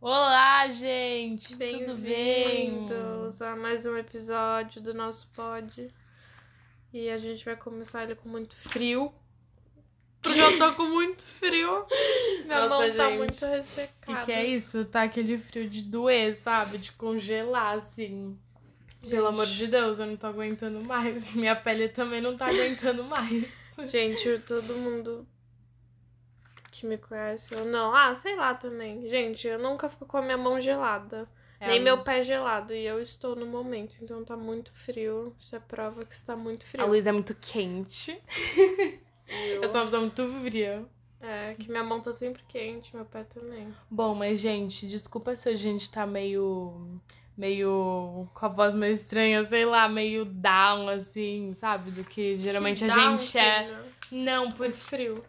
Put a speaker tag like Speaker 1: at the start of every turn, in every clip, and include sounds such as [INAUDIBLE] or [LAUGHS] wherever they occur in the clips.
Speaker 1: Olá, gente! Tudo bem?
Speaker 2: Bem-vindos a mais um episódio do nosso pod. E a gente vai começar ele com muito frio. Porque eu tô com muito
Speaker 1: [LAUGHS]
Speaker 2: frio. Minha
Speaker 1: Nossa,
Speaker 2: mão tá
Speaker 1: gente.
Speaker 2: muito
Speaker 1: O
Speaker 2: ressecada.
Speaker 1: que, que é isso? Tá aquele frio de doer, sabe? De congelar, assim. Pelo amor de Deus, eu não tô aguentando mais. [LAUGHS] Minha pele também não tá aguentando mais. [LAUGHS]
Speaker 2: Gente, todo mundo que me conhece ou não. Ah, sei lá também. Gente, eu nunca fico com a minha mão gelada.
Speaker 1: É
Speaker 2: Nem
Speaker 1: a-
Speaker 2: meu pé gelado. E eu estou no momento. Então tá muito frio. Isso é prova que está muito
Speaker 1: A
Speaker 2: frio.
Speaker 1: luz é muito quente.
Speaker 2: Eu-
Speaker 1: Eu sou uma pessoa muito fria.
Speaker 2: É, que minha mão tá sempre quente, meu pé também.
Speaker 1: Bom, mas, gente, desculpa se a gente tá meio. meio. com a voz meio estranha, sei lá, meio down, assim, sabe? Do que geralmente
Speaker 2: Que
Speaker 1: a
Speaker 2: dá um
Speaker 1: gente é.
Speaker 2: filho.
Speaker 1: Não, por
Speaker 2: Por frio.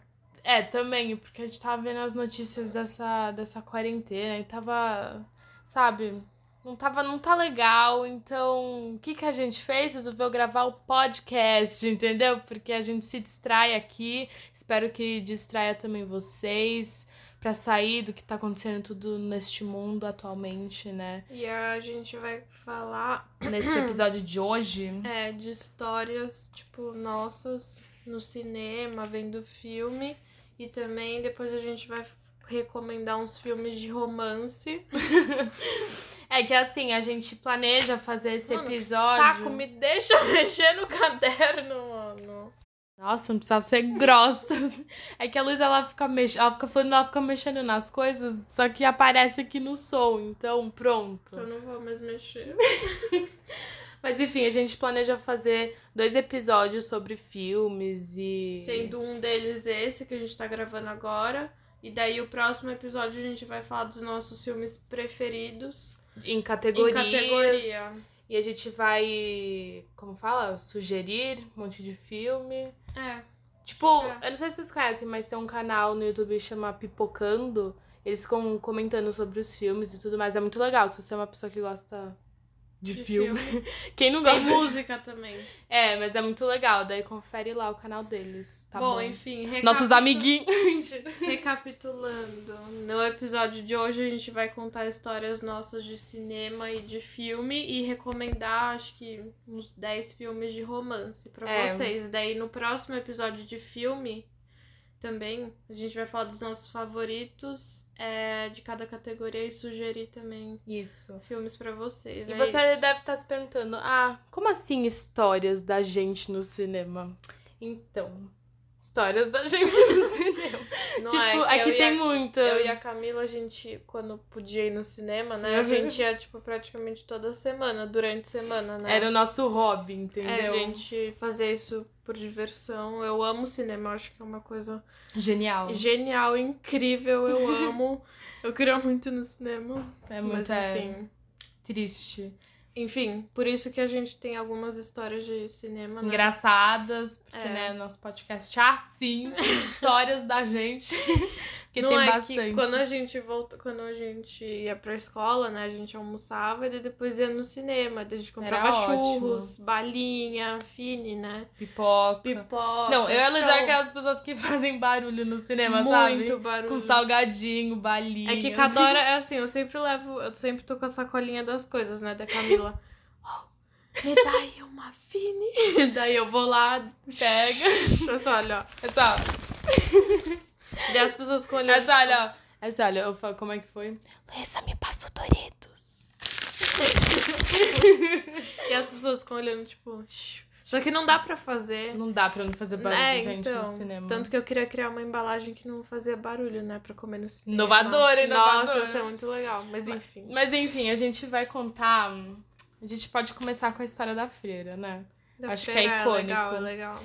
Speaker 1: É, também, porque a gente tava vendo as notícias dessa, dessa quarentena e tava, sabe, não tava, não tá legal, então o que que a gente fez? Resolveu gravar o podcast, entendeu? Porque a gente se distrai aqui, espero que distraia também vocês, pra sair do que tá acontecendo tudo neste mundo atualmente, né?
Speaker 2: E a gente vai falar
Speaker 1: Neste episódio de
Speaker 2: [LAUGHS]
Speaker 1: hoje.
Speaker 2: é, de histórias, tipo, nossas no cinema, vendo filme. E também depois a gente vai recomendar uns filmes de romance.
Speaker 1: É que assim, a gente planeja fazer esse
Speaker 2: Mano, que
Speaker 1: episódio...
Speaker 2: Saco, me deixa [LAUGHS] mexer no caderno, mano.
Speaker 1: Nossa, não precisava ser grossa. [LAUGHS] É que a luz ela fica mexendo, ela fica falando, ela fica mexendo nas coisas, só que aparece aqui no som, então
Speaker 2: Então
Speaker 1: pronto.
Speaker 2: eu não vou mais mexer.
Speaker 1: Mas enfim, a gente planeja fazer dois episódios sobre filmes e.
Speaker 2: Sendo um deles esse que a gente tá gravando agora. E daí o próximo episódio a gente vai falar dos nossos filmes preferidos.
Speaker 1: Em categorias.
Speaker 2: Em categoria.
Speaker 1: E a gente vai. Como fala? Sugerir um monte de filme.
Speaker 2: É.
Speaker 1: Tipo,
Speaker 2: É.
Speaker 1: eu não sei se vocês conhecem, mas tem um canal no YouTube que chama Pipocando. Eles ficam comentando sobre os filmes e tudo mais. É muito legal. Se você é uma pessoa que gosta de,
Speaker 2: De
Speaker 1: filme. Quem não
Speaker 2: [LAUGHS] Tem
Speaker 1: gosta? de-
Speaker 2: música também.
Speaker 1: É, mas é muito legal. Daí confere lá o canal deles, tá bom?
Speaker 2: bom, enfim. recapitu-
Speaker 1: Nossos amiguinhos.
Speaker 2: [LAUGHS] Recapitulando, no episódio de hoje a gente vai contar histórias nossas de cinema e de filme e recomendar, acho que, uns 10 filmes de romance pra
Speaker 1: É.
Speaker 2: vocês. Daí no próximo episódio de filme também a gente vai falar dos nossos favoritos é, de cada categoria e sugerir também
Speaker 1: Isso.
Speaker 2: filmes pra vocês.
Speaker 1: E
Speaker 2: é
Speaker 1: você
Speaker 2: isso.
Speaker 1: deve estar se perguntando, ah, como assim histórias da gente no cinema? Então, histórias da gente
Speaker 2: [LAUGHS]
Speaker 1: no cinema.
Speaker 2: Não
Speaker 1: tipo,
Speaker 2: é
Speaker 1: aqui
Speaker 2: eu e
Speaker 1: tem
Speaker 2: a-
Speaker 1: muita.
Speaker 2: Eu e a Camila, a gente, quando podia ir no cinema, né? A
Speaker 1: Então. Uhum.
Speaker 2: gente ia, tipo, praticamente toda semana, durante a semana, né?
Speaker 1: Era o nosso hobby,
Speaker 2: É,
Speaker 1: entendeu?
Speaker 2: a gente fazia isso por diversão. Eu amo cinema, eu acho que é uma coisa
Speaker 1: Genial.
Speaker 2: genial, incrível,
Speaker 1: [LAUGHS]
Speaker 2: eu amo. eu queria muito ir no cinema.
Speaker 1: É
Speaker 2: mas
Speaker 1: muito é,
Speaker 2: enfim.
Speaker 1: triste.
Speaker 2: Enfim, por isso que a gente tem algumas histórias de cinema, né?
Speaker 1: Engraçadas, porque,
Speaker 2: É.
Speaker 1: né, nosso podcast é
Speaker 2: [LAUGHS]
Speaker 1: assim, histórias da gente. [LAUGHS] Porque
Speaker 2: Não
Speaker 1: tem
Speaker 2: é
Speaker 1: bastante.
Speaker 2: que quando a gente volta, quando a gente ia pra escola, né, a gente almoçava e daí depois ia no cinema, daí a gente comprava
Speaker 1: ótimo.
Speaker 2: churros, balinha, fine, né?
Speaker 1: Pipoca.
Speaker 2: Pipoca.
Speaker 1: Não, eu e a Luísa é
Speaker 2: show.
Speaker 1: aquelas pessoas que [LAUGHS] fazem barulho no cinema,
Speaker 2: muito
Speaker 1: sabe?
Speaker 2: barulho.
Speaker 1: Com salgadinho, balinha.
Speaker 2: É que cada hora é assim, eu sempre levo, eu sempre tô com a sacolinha das coisas, né, da
Speaker 1: [LAUGHS]
Speaker 2: Camila. oh, me dá aí uma fine. [LAUGHS] daí eu vou lá,
Speaker 1: [LAUGHS]
Speaker 2: [LAUGHS]
Speaker 1: Pega.
Speaker 2: eu só olho, ó.
Speaker 1: Essa,
Speaker 2: Daí as pessoas com olhando.
Speaker 1: essa, olha. ó. Essa, olha, eu falo, como é que foi? Luísa, me passa o Doritos.
Speaker 2: [LAUGHS] E as pessoas com olhando, tipo. "Shh". Só que não dá pra fazer.
Speaker 1: Não dá pra não fazer barulho,
Speaker 2: É,
Speaker 1: gente,
Speaker 2: então.
Speaker 1: no cinema.
Speaker 2: Tanto que eu queria criar uma embalagem que não fazia barulho, né? Pra comer no cinema.
Speaker 1: Inovadora, inovadora.
Speaker 2: Nossa, isso é muito legal. Mas enfim.
Speaker 1: Mas enfim, a gente vai contar... hum, A gente pode começar com a história da freira, né?
Speaker 2: Da
Speaker 1: Acho que é
Speaker 2: feira
Speaker 1: icônico.
Speaker 2: legal, é legal.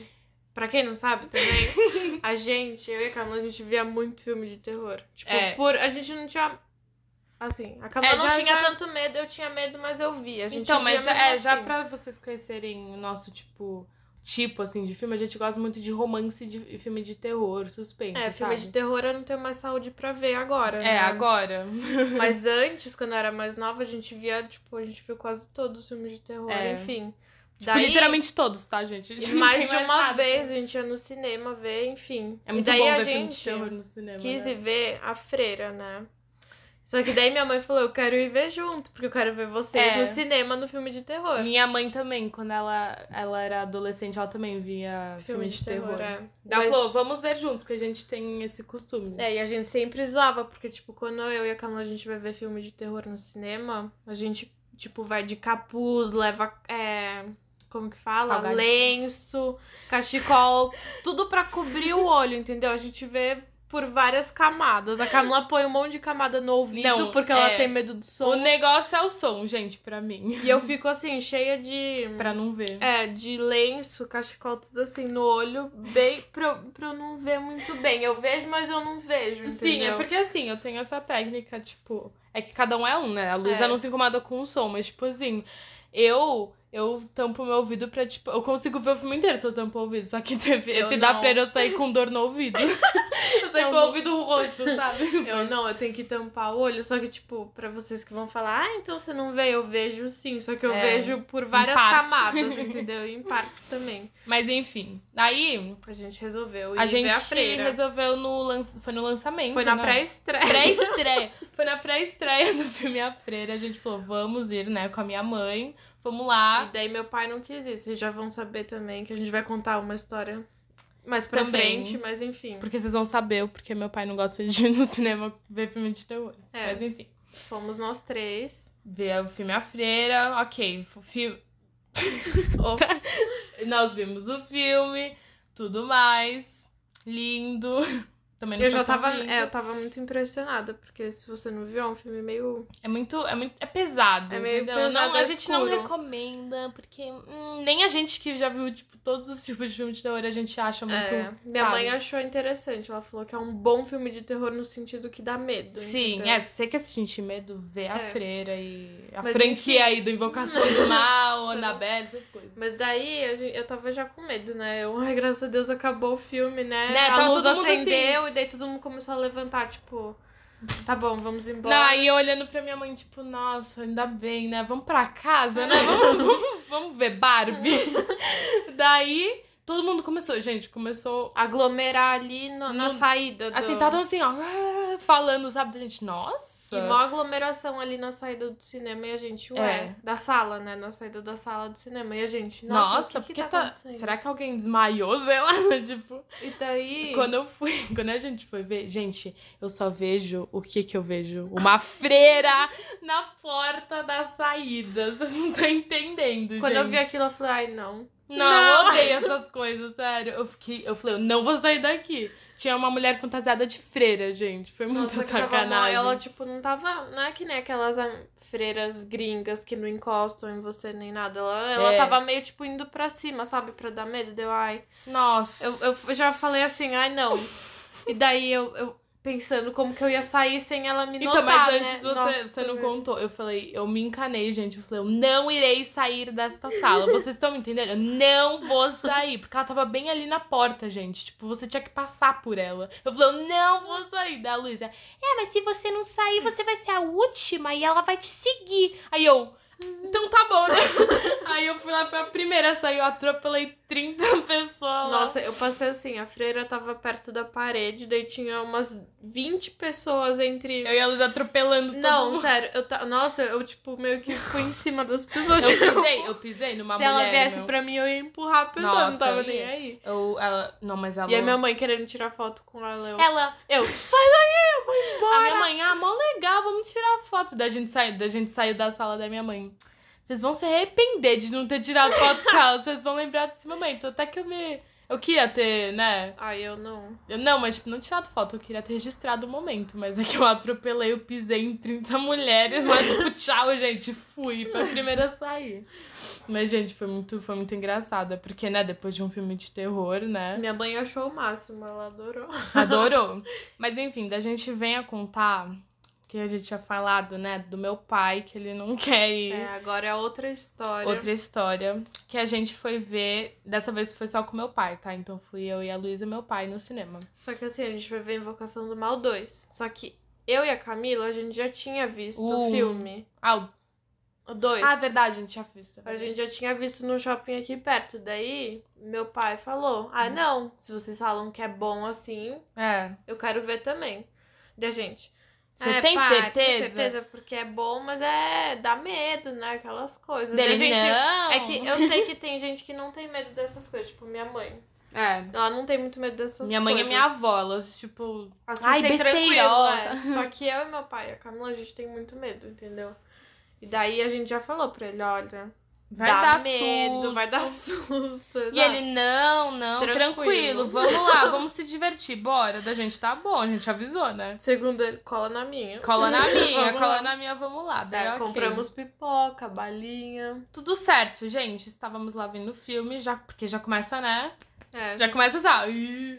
Speaker 2: Pra quem não sabe
Speaker 1: [LAUGHS]
Speaker 2: também, a gente, eu e a Camila, a gente via muito filme de terror. Tipo,
Speaker 1: É.
Speaker 2: por, a gente não tinha... Assim, a Camila
Speaker 1: É,
Speaker 2: não
Speaker 1: já-
Speaker 2: tinha
Speaker 1: já-
Speaker 2: tanto medo, eu tinha medo, mas eu via. A gente
Speaker 1: Então,
Speaker 2: via
Speaker 1: mas já,
Speaker 2: mesmo
Speaker 1: é, já
Speaker 2: assim.
Speaker 1: pra vocês conhecerem o nosso, tipo... Tipo, assim, de filme, a gente gosta muito de romance e de- e filme de terror, suspense,
Speaker 2: É, filme
Speaker 1: sabe?
Speaker 2: de terror eu não tenho mais saúde pra ver agora, né?
Speaker 1: É, agora.
Speaker 2: Mas antes, quando eu era mais nova, a gente via, tipo, a gente viu quase todos os filmes de terror,
Speaker 1: É.
Speaker 2: enfim.
Speaker 1: Tipo, literalmente todos, tá, gente? A gente
Speaker 2: e
Speaker 1: não
Speaker 2: mais
Speaker 1: tem
Speaker 2: de uma
Speaker 1: nada.
Speaker 2: vez a gente ia no cinema ver, enfim.
Speaker 1: É muito
Speaker 2: e daí
Speaker 1: bom
Speaker 2: a
Speaker 1: ver filme de
Speaker 2: gente
Speaker 1: né? terror no cinema.
Speaker 2: quis
Speaker 1: né?
Speaker 2: ir ver a freira, né? Só que daí minha mãe falou, eu quero ir ver junto, porque eu quero ver vocês
Speaker 1: É.
Speaker 2: no cinema no filme de terror.
Speaker 1: Minha mãe também, quando ela, ela era adolescente, ela também via filme, de, terror.
Speaker 2: é.
Speaker 1: Ela
Speaker 2: Mas-
Speaker 1: falou, vamos ver junto, porque a gente tem esse costume.
Speaker 2: É, e a gente sempre zoava, porque, tipo, quando eu e a Camila a gente vai ver filme de terror no cinema, a gente, tipo, vai de capuz, leva. é, como que fala?
Speaker 1: Salgadinho.
Speaker 2: Lenço, cachecol, tudo pra cobrir o olho, entendeu? A gente vê por várias camadas. A Camila põe um monte de camada no ouvido
Speaker 1: Não,
Speaker 2: porque ela
Speaker 1: é.
Speaker 2: tem medo do
Speaker 1: O
Speaker 2: som.
Speaker 1: negócio é o som, gente, pra mim.
Speaker 2: E eu fico assim, cheia de.
Speaker 1: Pra não ver.
Speaker 2: É, de lenço, cachecol, tudo assim, no olho, bem pra, eu- pra eu não ver muito bem. Eu vejo, mas eu não vejo, entendeu?
Speaker 1: Sim, é porque assim, eu tenho essa técnica, tipo, é que cada um é um, né? A Luísa
Speaker 2: É.
Speaker 1: não se incomoda com o som, mas tipo assim, eu eu tampo meu ouvido pra, tipo, eu consigo ver o filme inteiro se eu tampo o ouvido, só que [LAUGHS] teve
Speaker 2: Eu
Speaker 1: esse da
Speaker 2: não.
Speaker 1: freira eu saí com dor no ouvido. eu saí
Speaker 2: [LAUGHS] Eu
Speaker 1: com o
Speaker 2: não.
Speaker 1: ouvido roxo, sabe?
Speaker 2: [LAUGHS] Eu não, eu tenho que tampar o olho, só que, tipo, pra vocês que vão falar, ah, então você não vê, eu vejo sim, só que eu
Speaker 1: É,
Speaker 2: vejo por várias
Speaker 1: partes. [LAUGHS]
Speaker 2: camadas, entendeu? E em partes também.
Speaker 1: Mas enfim, aí
Speaker 2: A gente resolveu ir
Speaker 1: a gente
Speaker 2: ver a freira.
Speaker 1: resolveu no lan... foi no lançamento,
Speaker 2: Foi na
Speaker 1: né?
Speaker 2: pré-estreia.
Speaker 1: Pré-estreia. Foi na pré-estreia do filme A Freira. A gente falou, vamos ir, né, com a minha mãe. Vamos lá.
Speaker 2: E daí meu pai não quis ir, vocês já vão saber também que a gente vai contar uma história mais pra
Speaker 1: Também.
Speaker 2: frente, mas enfim.
Speaker 1: Porque vocês vão saber o porquê meu pai não gosta de ir no cinema ver filme de terror.
Speaker 2: É.
Speaker 1: Mas enfim.
Speaker 2: Fomos nós
Speaker 1: [LAUGHS]
Speaker 2: três.
Speaker 1: Ver o filme A Freira, ok. o fi-
Speaker 2: Opa,
Speaker 1: Nós vimos o filme, tudo mais. Lindo. [LAUGHS] Também não
Speaker 2: eu
Speaker 1: foi
Speaker 2: já
Speaker 1: tão
Speaker 2: tava,
Speaker 1: lindo.
Speaker 2: é, eu tava muito impressionada, porque se você não viu, é um filme meio
Speaker 1: É muito, é muito. É pesado.
Speaker 2: É meio
Speaker 1: entendeu?
Speaker 2: pesado,
Speaker 1: não, a
Speaker 2: é
Speaker 1: gente não
Speaker 2: escuro.
Speaker 1: recomenda, porque hum, nem a gente que já viu, tipo, todos os tipos de filme de terror a gente acha muito.
Speaker 2: É, minha
Speaker 1: sabe?
Speaker 2: mãe achou interessante. Ela falou que é um bom filme de terror no sentido que dá medo.
Speaker 1: Sim,
Speaker 2: entendeu?
Speaker 1: é, se você quer se sentir medo, vê a
Speaker 2: É.
Speaker 1: freira e a
Speaker 2: Mas,
Speaker 1: franquia aí do Invocação do
Speaker 2: [LAUGHS]
Speaker 1: Mal, Annabelle, essas coisas.
Speaker 2: Mas daí a gente- eu tava já com medo, né? Eu, [LAUGHS] ai, graças a Deus acabou o filme, né?
Speaker 1: Né,
Speaker 2: a
Speaker 1: tava
Speaker 2: luz
Speaker 1: todo mundo assim.
Speaker 2: acendeu e daí todo mundo começou a levantar, tipo, tá bom, vamos embora.
Speaker 1: Não, e eu olhando pra minha mãe, tipo, nossa, ainda bem, né? Vamos pra casa, né?
Speaker 2: [LAUGHS]
Speaker 1: Vamos, vamos, vamos ver Barbie. [LAUGHS] Daí, todo mundo começou, gente, começou.
Speaker 2: Aglomerar ali no- na
Speaker 1: No-
Speaker 2: saída. Do...
Speaker 1: Assim, tá todo assim, ó, [LAUGHS] falando, sabe? Da gente, nossa.
Speaker 2: E mó aglomeração ali na saída do cinema e a gente, ué,
Speaker 1: É.
Speaker 2: da sala, né? Na saída da sala do cinema. E a gente, nossa,
Speaker 1: nossa,
Speaker 2: o que,
Speaker 1: porque
Speaker 2: que tá,
Speaker 1: tá.
Speaker 2: acontecendo?
Speaker 1: Será que alguém desmaiou? [LAUGHS] Sei lá, tipo.
Speaker 2: E daí.
Speaker 1: Quando eu fui, [LAUGHS] quando a gente foi ver, gente, eu só vejo o que que eu vejo? Uma freira na porta da saída. Vocês [LAUGHS] não estão entendendo,
Speaker 2: Quando
Speaker 1: gente.
Speaker 2: eu vi aquilo, eu falei, ai, não.
Speaker 1: Não,
Speaker 2: Não.
Speaker 1: eu odeio essas coisas, sério. Eu fiquei, eu falei, eu não vou sair daqui. Tinha uma mulher fantasiada de freira, gente. Foi muita
Speaker 2: Nossa, que tava mó-
Speaker 1: sacanagem.
Speaker 2: Ela, tipo, não tava. Não é que nem aquelas ah, freiras gringas que não encostam em você nem nada. Ela, ela
Speaker 1: É.
Speaker 2: tava meio, tipo, indo pra cima, sabe? Pra dar medo. Deu, ai.
Speaker 1: Nossa.
Speaker 2: Eu, eu já falei assim, ai não. E daí eu, eu pensando como que eu ia sair sem ela me notar.
Speaker 1: Então, mas
Speaker 2: né?
Speaker 1: antes você,
Speaker 2: Nossa,
Speaker 1: você não
Speaker 2: velho.
Speaker 1: contou. Eu falei, eu me encanei, gente. Eu falei, eu não irei sair desta sala. Vocês estão me entendendo? Eu não vou sair. Porque ela tava bem ali na porta, gente. Tipo, você tinha que passar por ela. Eu falei, eu não vou sair. Da Luísa, é, mas se você não sair, você vai ser a última e ela vai te seguir. Aí eu. Então tá bom, né? [LAUGHS] Aí eu fui lá, foi a primeira a sair, eu atropelei 30 pessoas. lá.
Speaker 2: Nossa, eu passei assim, a freira tava perto da parede, daí tinha umas 20 pessoas entre.
Speaker 1: eu e a Luísa atropelando todo
Speaker 2: Não,
Speaker 1: mundo.
Speaker 2: sério, eu ta... Nossa, eu tipo, meio que fui em cima das pessoas. [LAUGHS]
Speaker 1: Eu
Speaker 2: tipo,
Speaker 1: pisei, eu pisei numa
Speaker 2: Se
Speaker 1: mulher.
Speaker 2: ela viesse
Speaker 1: meu.
Speaker 2: pra mim, eu ia empurrar a pessoa,
Speaker 1: Nossa,
Speaker 2: não tava
Speaker 1: eu
Speaker 2: nem
Speaker 1: ia. Tá
Speaker 2: aí.
Speaker 1: Eu, ela, não, mas ela.
Speaker 2: E a minha mãe querendo tirar foto com ela, eu...
Speaker 1: Ela.
Speaker 2: eu sai daí, eu vou
Speaker 1: A
Speaker 2: embora.
Speaker 1: minha mãe, ah, mó legal, vamos tirar foto. Da gente, sai, da gente saiu da sala da minha mãe. Vocês vão se arrepender de não ter tirado foto com ela. Vocês vão lembrar desse momento. Até que eu me. Eu queria ter, né?
Speaker 2: Ai, eu não.
Speaker 1: Eu, não, mas tipo, não tirado foto. Eu queria ter registrado o momento. Mas é que eu atropelei, eu pisei em 30 mulheres. Mas,
Speaker 2: [LAUGHS]
Speaker 1: tipo, tchau, gente. Fui. Foi a primeira a sair. Mas, gente, foi muito, foi muito engraçado. É porque, né, depois de um filme de terror, né?
Speaker 2: Minha mãe achou o máximo, ela adorou.
Speaker 1: Adorou. [LAUGHS] Mas enfim, da gente vem a contar que a gente tinha falado, né, do meu pai, que ele não [LAUGHS] quer ir.
Speaker 2: É, agora é outra história.
Speaker 1: Outra história que a gente foi ver. Dessa vez foi só com meu pai, tá? Então fui eu e a Luísa e meu pai no cinema.
Speaker 2: Só que assim, a gente vai ver Invocação do Mal 2. Só que eu e a Camila, a gente já tinha visto o
Speaker 1: Um.
Speaker 2: filme.
Speaker 1: Ah, o...
Speaker 2: O 2.
Speaker 1: ah verdade, a gente tinha visto.
Speaker 2: A gente já tinha visto num shopping aqui perto. Daí, meu pai falou,
Speaker 1: Hum.
Speaker 2: ah, não, se vocês falam que é bom assim,
Speaker 1: É.
Speaker 2: Eu quero ver também. Da gente.
Speaker 1: Você
Speaker 2: É,
Speaker 1: tem
Speaker 2: pá,
Speaker 1: certeza?
Speaker 2: Tem certeza, porque é bom, mas é. dá medo, né? Aquelas coisas.
Speaker 1: Dele,
Speaker 2: E, gente,
Speaker 1: não.
Speaker 2: é que eu sei que tem gente que não tem medo dessas coisas, tipo minha mãe.
Speaker 1: É,
Speaker 2: Ela não tem muito medo dessas
Speaker 1: Minha mãe
Speaker 2: coisas.
Speaker 1: é minha avó, ela, tipo.
Speaker 2: Assistem
Speaker 1: Ai,
Speaker 2: tranquilo, é.
Speaker 1: besteirosa.
Speaker 2: Só que eu e meu pai, a Camila, a gente tem muito medo, entendeu? E daí a gente já falou pra ele, olha,
Speaker 1: Vai
Speaker 2: dá
Speaker 1: dar
Speaker 2: medo,
Speaker 1: susto.
Speaker 2: vai dar susto.
Speaker 1: E ele, não, não, tranquilo.
Speaker 2: Tranquilo.
Speaker 1: vamos lá, vamos se divertir, bora. Da gente tá bom, a gente avisou, né?
Speaker 2: Segundo ele, cola na minha.
Speaker 1: Cola [LAUGHS] na minha,
Speaker 2: Vamos
Speaker 1: cola
Speaker 2: lá.
Speaker 1: na minha, vamos lá. Daí,
Speaker 2: Daí
Speaker 1: ok.
Speaker 2: compramos pipoca, balinha.
Speaker 1: É, Tudo certo, gente. Estávamos lá vendo o filme, já, porque já começa, né?
Speaker 2: É,
Speaker 1: Já começa assim,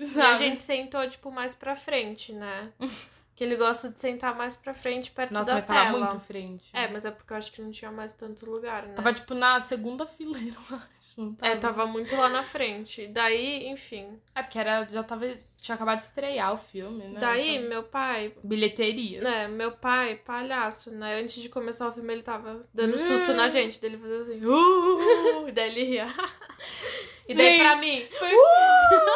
Speaker 1: sabe?
Speaker 2: E a gente sentou, tipo, mais pra frente,
Speaker 1: [LAUGHS]
Speaker 2: né? que ele gosta de sentar mais pra frente, perto
Speaker 1: Nossa,
Speaker 2: da
Speaker 1: mas
Speaker 2: tá tela.
Speaker 1: tava muito frente.
Speaker 2: É, mas é porque eu acho que não tinha mais tanto lugar, né?
Speaker 1: Tava, tipo, na segunda fileira, [LAUGHS] eu acho. Não tava.
Speaker 2: É, tava muito lá na frente. Daí, enfim.
Speaker 1: É, porque era, já tava, tinha acabado de estrear o filme, né?
Speaker 2: Daí,
Speaker 1: Então,
Speaker 2: meu pai.
Speaker 1: bilheterias.
Speaker 2: Né, meu pai, palhaço, né? Antes de começar o filme, ele tava dando susto
Speaker 1: Hum.
Speaker 2: na gente. Daí ele fazia assim, uh! e daí ele ria. [LAUGHS] e daí pra mim. "Uh,
Speaker 1: Foi, [LAUGHS]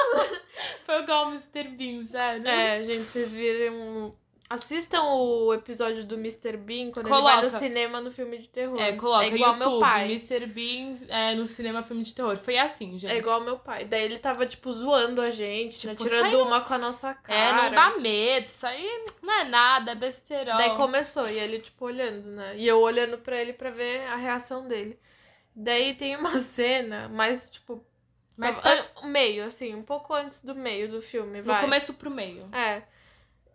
Speaker 1: Foi igual o Mr. Bean, sério.
Speaker 2: É, gente, vocês viram. Assistam o episódio do Mr. Bean quando ele vai
Speaker 1: Coloca.
Speaker 2: no cinema no filme de terror.
Speaker 1: É, coloca
Speaker 2: é igual
Speaker 1: YouTube,
Speaker 2: meu pai.
Speaker 1: Mr. Bean é, no cinema filme de terror. Foi assim, gente.
Speaker 2: É igual meu pai. Daí ele tava, tipo, zoando a gente, né?
Speaker 1: Tipo,
Speaker 2: Tirando
Speaker 1: sai-
Speaker 2: uma com a nossa cara.
Speaker 1: É, não dá medo, isso aí não é nada, é besterol.
Speaker 2: Daí começou, e ele, tipo, olhando, né? E eu olhando pra ele pra ver a reação dele. Daí tem uma [LAUGHS] cena, mas, tipo,
Speaker 1: Mas
Speaker 2: tava-
Speaker 1: pra-
Speaker 2: an- meio, assim, um pouco antes do meio do filme,
Speaker 1: no
Speaker 2: vai.
Speaker 1: começo pro meio.
Speaker 2: É.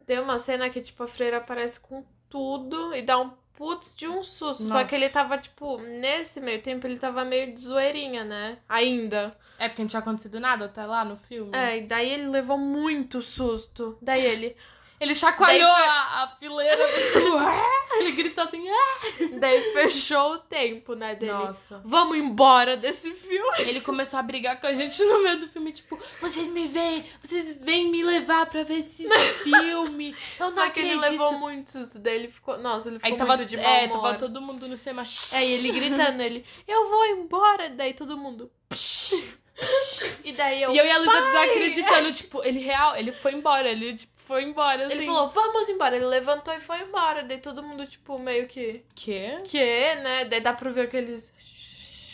Speaker 2: Tem uma cena que, tipo, a freira aparece com tudo e dá um putz de um susto. Só
Speaker 1: Nossa.
Speaker 2: que ele tava, tipo, nesse meio tempo ele tava meio de zoeirinha, né? Ainda.
Speaker 1: É porque não tinha acontecido nada até lá no filme.
Speaker 2: É, e daí ele levou muito susto. Daí ele.
Speaker 1: Ele chacoalhou
Speaker 2: Daí foi-
Speaker 1: a, a fileira. [LAUGHS] ele gritou assim, ah! [LAUGHS]
Speaker 2: daí fechou o tempo, né, dele.
Speaker 1: Nossa.
Speaker 2: Vamos embora desse filme.
Speaker 1: Ele começou a brigar com a gente no meio do filme, tipo, vocês me veem, vocês vêm me levar pra ver [LAUGHS] esse filme. Eu
Speaker 2: Só
Speaker 1: não
Speaker 2: que ele
Speaker 1: acredito."
Speaker 2: levou muito susto. Daí ele ficou. Nossa, ele ficou
Speaker 1: Aí tava,
Speaker 2: muito de mau
Speaker 1: é,
Speaker 2: humor.
Speaker 1: tava todo mundo no cinema.
Speaker 2: É, e ele gritando, ele, eu vou embora. Daí
Speaker 1: [LAUGHS]
Speaker 2: todo mundo. "Psh, psh." E daí eu.
Speaker 1: E eu e a Luísa desacreditando, tipo, ele real, ele foi embora, ele tipo, foi embora, assim.
Speaker 2: Ele falou, vamos embora. Ele levantou e foi embora. Daí todo mundo, tipo, meio que.
Speaker 1: quê?
Speaker 2: Que, né? Daí dá pra ver aqueles.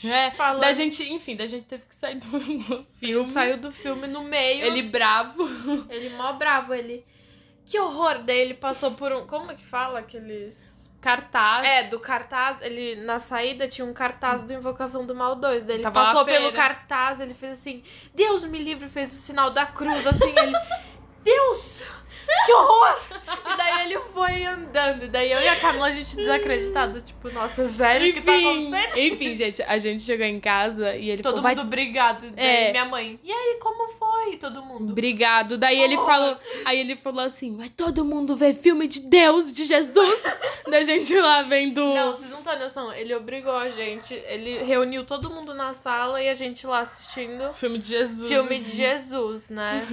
Speaker 1: É,
Speaker 2: falando.
Speaker 1: Da gente, enfim, da gente teve que sair do, do filme.
Speaker 2: Saiu do filme no meio.
Speaker 1: Ele bravo.
Speaker 2: ele mó bravo, ele. Que horror! Daí ele passou por um. Como é que fala aqueles.
Speaker 1: Cartaz.
Speaker 2: É, do cartaz, ele na saída tinha um cartaz do Invocação do Mal 2. Daí ele
Speaker 1: Hum. Tava lá
Speaker 2: passou
Speaker 1: a feira.
Speaker 2: pelo cartaz, ele fez assim, Deus me livre, fez o sinal da cruz, assim, ele. Deus! Que horror! E daí ele foi andando. E daí eu e a Camila, a gente desacreditada, tipo, nossa, sério que tá
Speaker 1: enfim,
Speaker 2: acontecendo?
Speaker 1: enfim, gente, a gente chegou em casa e ele
Speaker 2: Todo
Speaker 1: falou, Tipo, vai
Speaker 2: mundo brigado. Daí
Speaker 1: É.
Speaker 2: minha mãe. E aí, como foi? Todo mundo.
Speaker 1: Obrigado. Daí ele
Speaker 2: Oh.
Speaker 1: falou, aí ele falou assim: "Vai todo mundo ver filme de Deus, de
Speaker 2: [LAUGHS]
Speaker 1: Jesus". da gente lá vendo
Speaker 2: Não, vocês não têm noção. Ele obrigou a gente. Ele reuniu todo mundo na sala e a gente lá assistindo.
Speaker 1: filme de Jesus.
Speaker 2: filme
Speaker 1: [LAUGHS]
Speaker 2: de Jesus, né?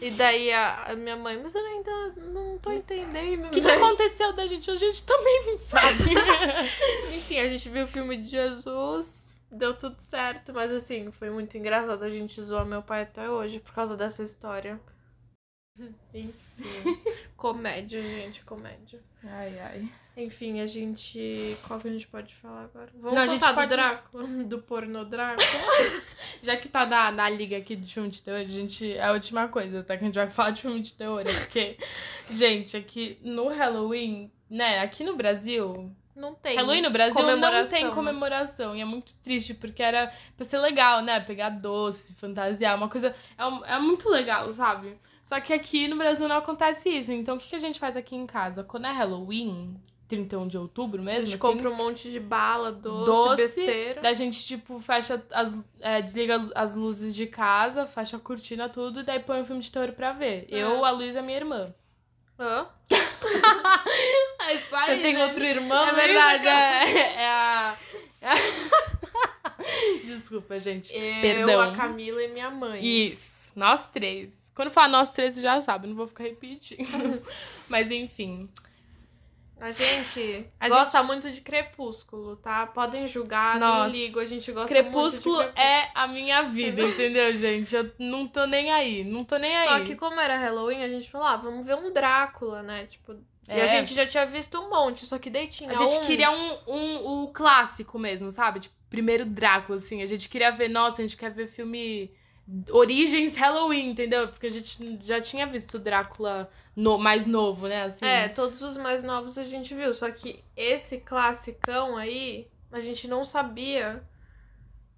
Speaker 2: e daí a, a minha mãe, mas eu ainda não tô entendendo.
Speaker 1: O que, que
Speaker 2: né?
Speaker 1: aconteceu da gente? A gente também não
Speaker 2: [LAUGHS]
Speaker 1: sabe.
Speaker 2: Enfim, a gente viu o filme de Jesus, deu tudo certo, mas assim, foi muito engraçado. A gente zoa meu pai até hoje por causa dessa
Speaker 1: [LAUGHS]
Speaker 2: história. Enfim, comédia, gente, comédia.
Speaker 1: ai ai.
Speaker 2: Enfim, a gente. Qual que a gente pode falar agora? Vamos
Speaker 1: Não, a
Speaker 2: contar
Speaker 1: gente
Speaker 2: do
Speaker 1: pode-
Speaker 2: Draco, [LAUGHS] do pornô Draco.
Speaker 1: Já que tá na, na liga aqui de filme de terror, a gente. É a última coisa, tá? Que a gente vai falar de filme de terror. é Porque, gente, aqui no Halloween, né? Aqui no Brasil.
Speaker 2: Não tem.
Speaker 1: Halloween no Brasil não
Speaker 2: comemoração,
Speaker 1: tem
Speaker 2: né?
Speaker 1: comemoração. E é muito triste, porque era pra ser legal, né? Pegar doce, fantasiar, uma coisa. É, um- é muito legal, sabe? Só que aqui no Brasil não acontece isso. Então o que, que a gente faz aqui em casa? Quando é Halloween, 31 de outubro
Speaker 2: A
Speaker 1: mesmo,
Speaker 2: gente
Speaker 1: assim,
Speaker 2: compra um monte de bala, doce,
Speaker 1: Doce,
Speaker 2: besteira.
Speaker 1: Da gente, tipo, fecha as. é, desliga lu- as luzes de casa, fecha a cortina, tudo, e daí põe um filme de terror pra ver.
Speaker 2: É.
Speaker 1: Eu, a Luísa, minha irmã.
Speaker 2: Hã?
Speaker 1: Você tem
Speaker 2: né?
Speaker 1: outro irmão? É
Speaker 2: Luísa,
Speaker 1: verdade,
Speaker 2: cara?
Speaker 1: é, é a. [LAUGHS] Desculpa, gente.
Speaker 2: Eu,
Speaker 1: Perdão.
Speaker 2: a Camila e minha mãe.
Speaker 1: Isso, nós três. Quando falar nós três, você já sabe, não vou ficar
Speaker 2: [LAUGHS]
Speaker 1: repetindo. Mas enfim.
Speaker 2: A gente
Speaker 1: A
Speaker 2: gosta
Speaker 1: gente-
Speaker 2: muito de Crepúsculo, tá? Podem julgar, não
Speaker 1: Nossa.
Speaker 2: ligo. A gente gosta
Speaker 1: Crepúsculo
Speaker 2: muito de Uhum.
Speaker 1: é a minha vida, entendeu, gente? Eu não tô nem aí, não tô nem
Speaker 2: Só
Speaker 1: aí.
Speaker 2: que como era Halloween, a gente falou, ah, vamos ver um Drácula, né? Tipo, E
Speaker 1: É.
Speaker 2: a gente já tinha visto um monte, só que daí tinha
Speaker 1: A gente
Speaker 2: um...
Speaker 1: queria um, um, o clássico mesmo, sabe? Tipo, primeiro Drácula, assim. A gente queria ver, nossa, a gente quer ver filme Origens Halloween, entendeu? Porque a gente já tinha visto o Drácula no, mais novo, né? Assim.
Speaker 2: É, todos os mais novos a gente viu, só que esse classicão aí, a gente não sabia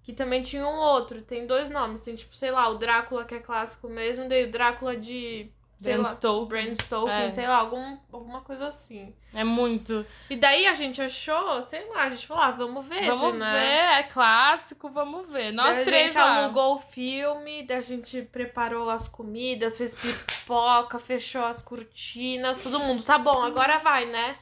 Speaker 2: que também tinha um outro. Tem dois nomes, tem tipo, sei lá, o Drácula que é clássico mesmo, daí o Drácula de, sei
Speaker 1: Bram
Speaker 2: lá,
Speaker 1: Stoker.
Speaker 2: Bram Stoker,
Speaker 1: É.
Speaker 2: sei lá, algum, alguma coisa assim.
Speaker 1: É muito.
Speaker 2: E daí a gente achou, sei lá, a gente falou, ah, vamos ver esse,
Speaker 1: vamos
Speaker 2: né?
Speaker 1: ver, é clássico, vamos ver. Nós
Speaker 2: Daí a
Speaker 1: três
Speaker 2: gente
Speaker 1: lá.
Speaker 2: alugou o filme, daí a gente preparou as comidas, fez pipoca, fechou as cortinas, todo mundo, tá bom, agora
Speaker 1: [LAUGHS]
Speaker 2: vai, né?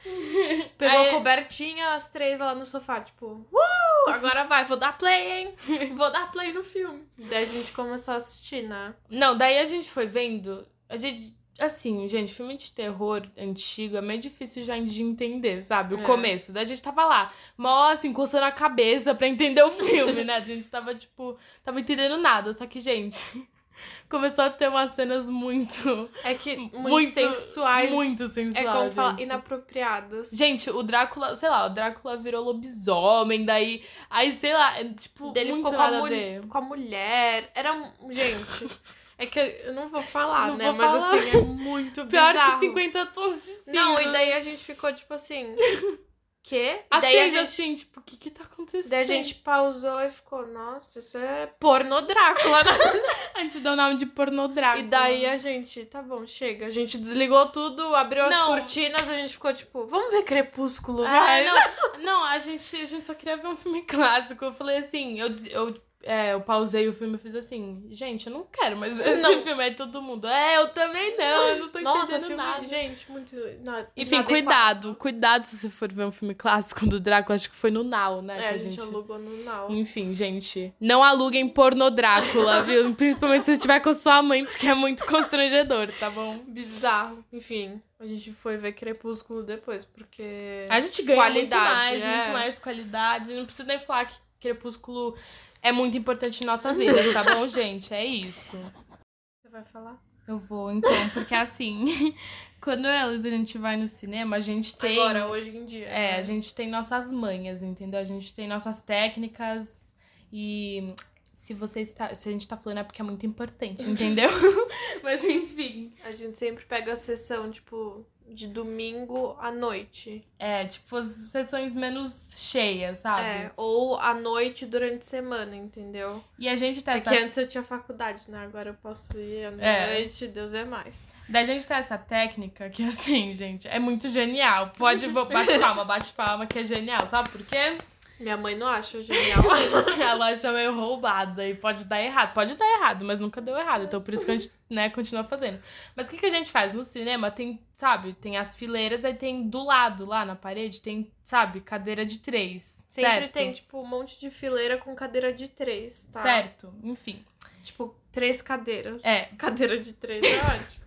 Speaker 2: Pegou
Speaker 1: Aí-
Speaker 2: a cobertinha, as três lá no sofá, tipo, uh, agora vai, vou dar
Speaker 1: [LAUGHS]
Speaker 2: play, hein? Vou dar play no filme. Daí a gente começou a assistir, né?
Speaker 1: Não, daí a gente foi vendo. A gente. Assim, gente, filme de terror antigo é meio difícil já de entender, sabe? O
Speaker 2: É.
Speaker 1: começo. Daí a gente tava lá, mó assim, coçando a cabeça pra entender o filme, né? A gente tava, tipo, tava entendendo nada. Só que, gente, [LAUGHS] começou a ter umas cenas muito,
Speaker 2: É que muito,
Speaker 1: Muito-
Speaker 2: sensuais,
Speaker 1: muito
Speaker 2: é
Speaker 1: sensuais.
Speaker 2: como falar,
Speaker 1: gente.
Speaker 2: inapropriadas.
Speaker 1: Gente, o Drácula, sei lá, o Drácula virou lobisomem, daí. Aí, sei lá, é, tipo,
Speaker 2: Daí ele
Speaker 1: muito
Speaker 2: ficou com
Speaker 1: nada
Speaker 2: a,
Speaker 1: a
Speaker 2: mul-
Speaker 1: ver.
Speaker 2: com a mulher. Era. um- Gente. É que eu não vou falar,
Speaker 1: Não
Speaker 2: né?
Speaker 1: vou
Speaker 2: Mas
Speaker 1: falar.
Speaker 2: assim, é muito
Speaker 1: Pior
Speaker 2: bizarro.
Speaker 1: que 50 tons de cinza.
Speaker 2: Não, e daí a gente ficou
Speaker 1: [LAUGHS]
Speaker 2: tipo assim. Quê?
Speaker 1: Assim,
Speaker 2: daí, a
Speaker 1: gente...
Speaker 2: gente,
Speaker 1: assim, tipo, o que que tá acontecendo?
Speaker 2: daí
Speaker 1: [LAUGHS]
Speaker 2: a gente pausou e ficou, nossa, isso é porno Drácula, né?
Speaker 1: [LAUGHS] A gente deu o nome de pornodrácula.
Speaker 2: E daí a gente, tá bom, chega. A gente desligou tudo, abriu
Speaker 1: Não.
Speaker 2: as cortinas, a gente ficou tipo, vamos ver Crepúsculo,
Speaker 1: É,
Speaker 2: vai. [LAUGHS]
Speaker 1: não, não a, gente, a gente só queria ver um filme [LAUGHS] clássico. Eu falei assim, eu, des- eu, é, eu pausei o filme e fiz assim, gente, eu não quero mais ver esse
Speaker 2: Não.
Speaker 1: filme. Aí todo mundo, é, eu também não, eu não tô
Speaker 2: Nossa,
Speaker 1: entendendo
Speaker 2: filme,
Speaker 1: nada.
Speaker 2: tá gente, muito. na-
Speaker 1: Enfim,
Speaker 2: inadequado.
Speaker 1: cuidado, cuidado se você for ver um filme clássico do Drácula, acho que foi no Now, né?
Speaker 2: É,
Speaker 1: que Hum.
Speaker 2: a gente alugou no Now.
Speaker 1: Enfim, gente, não aluguem porno Drácula, viu? Principalmente se você estiver com a sua mãe, porque é muito constrangedor, tá bom?
Speaker 2: Bizarro. Enfim, a gente foi ver Crepúsculo depois, porque.
Speaker 1: A gente ganha muito
Speaker 2: É. Qualidade,
Speaker 1: mais,
Speaker 2: é.
Speaker 1: muito mais qualidade. Não preciso nem falar que Crepúsculo é muito importante em nossas vidas, tá bom, [LAUGHS] gente? É isso.
Speaker 2: Você vai falar?
Speaker 1: Eu vou, então, porque assim, [LAUGHS] quando eu e a Luísa, a gente vai no cinema, a gente tem...
Speaker 2: Agora, hoje né? em dia.
Speaker 1: É, a gente tem nossas manhas, entendeu? A gente tem nossas técnicas e se você está, se a gente tá falando é porque é muito importante, entendeu? [LAUGHS] Mas enfim,
Speaker 2: A gente sempre pega a sessão, tipo, de domingo à noite.
Speaker 1: é, tipo as sessões menos cheias, sabe?
Speaker 2: É, ou à noite durante a semana, entendeu?
Speaker 1: E a gente tá
Speaker 2: É
Speaker 1: essa
Speaker 2: que antes eu tinha faculdade, né? Agora eu posso ir à
Speaker 1: É.
Speaker 2: noite, Deus é mais.
Speaker 1: Da gente ter essa técnica que, assim, gente, é muito genial. Pode bate palma, bate palma, que é genial, sabe por quê?
Speaker 2: Minha mãe não
Speaker 1: [LAUGHS]
Speaker 2: acha genial.
Speaker 1: Ela acha meio roubada e pode dar errado. Pode dar errado, mas nunca deu errado. Então, por isso que a gente, né, continua fazendo. Mas o que, que a gente faz? No cinema tem, sabe, tem as fileiras, aí tem do lado, lá na parede, tem, sabe, cadeira de três.
Speaker 2: Sempre
Speaker 1: certo?
Speaker 2: tem, tipo, um monte de fileira com cadeira de três, tá?
Speaker 1: Certo, enfim.
Speaker 2: Tipo, três cadeiras.
Speaker 1: É.
Speaker 2: Cadeira de três é
Speaker 1: [LAUGHS]
Speaker 2: ótimo.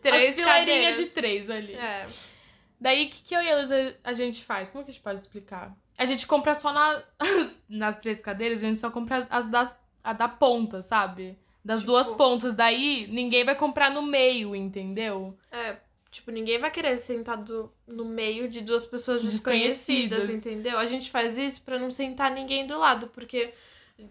Speaker 1: Três
Speaker 2: três
Speaker 1: fileirinha
Speaker 2: cadeiras.
Speaker 1: de três ali.
Speaker 2: É.
Speaker 1: Daí, o que, que eu e a Luísa, a gente faz? Como que a gente pode explicar? A gente compra só na- [LAUGHS] nas três cadeiras, a gente só compra as das, a da ponta, sabe? Das
Speaker 2: Tipo-
Speaker 1: duas pontas. Daí, ninguém vai comprar no meio, entendeu?
Speaker 2: É, tipo, ninguém vai querer sentar do- no meio de duas pessoas
Speaker 1: Desconhecidas.
Speaker 2: desconhecidas, entendeu? A gente faz isso pra não sentar ninguém do lado, porque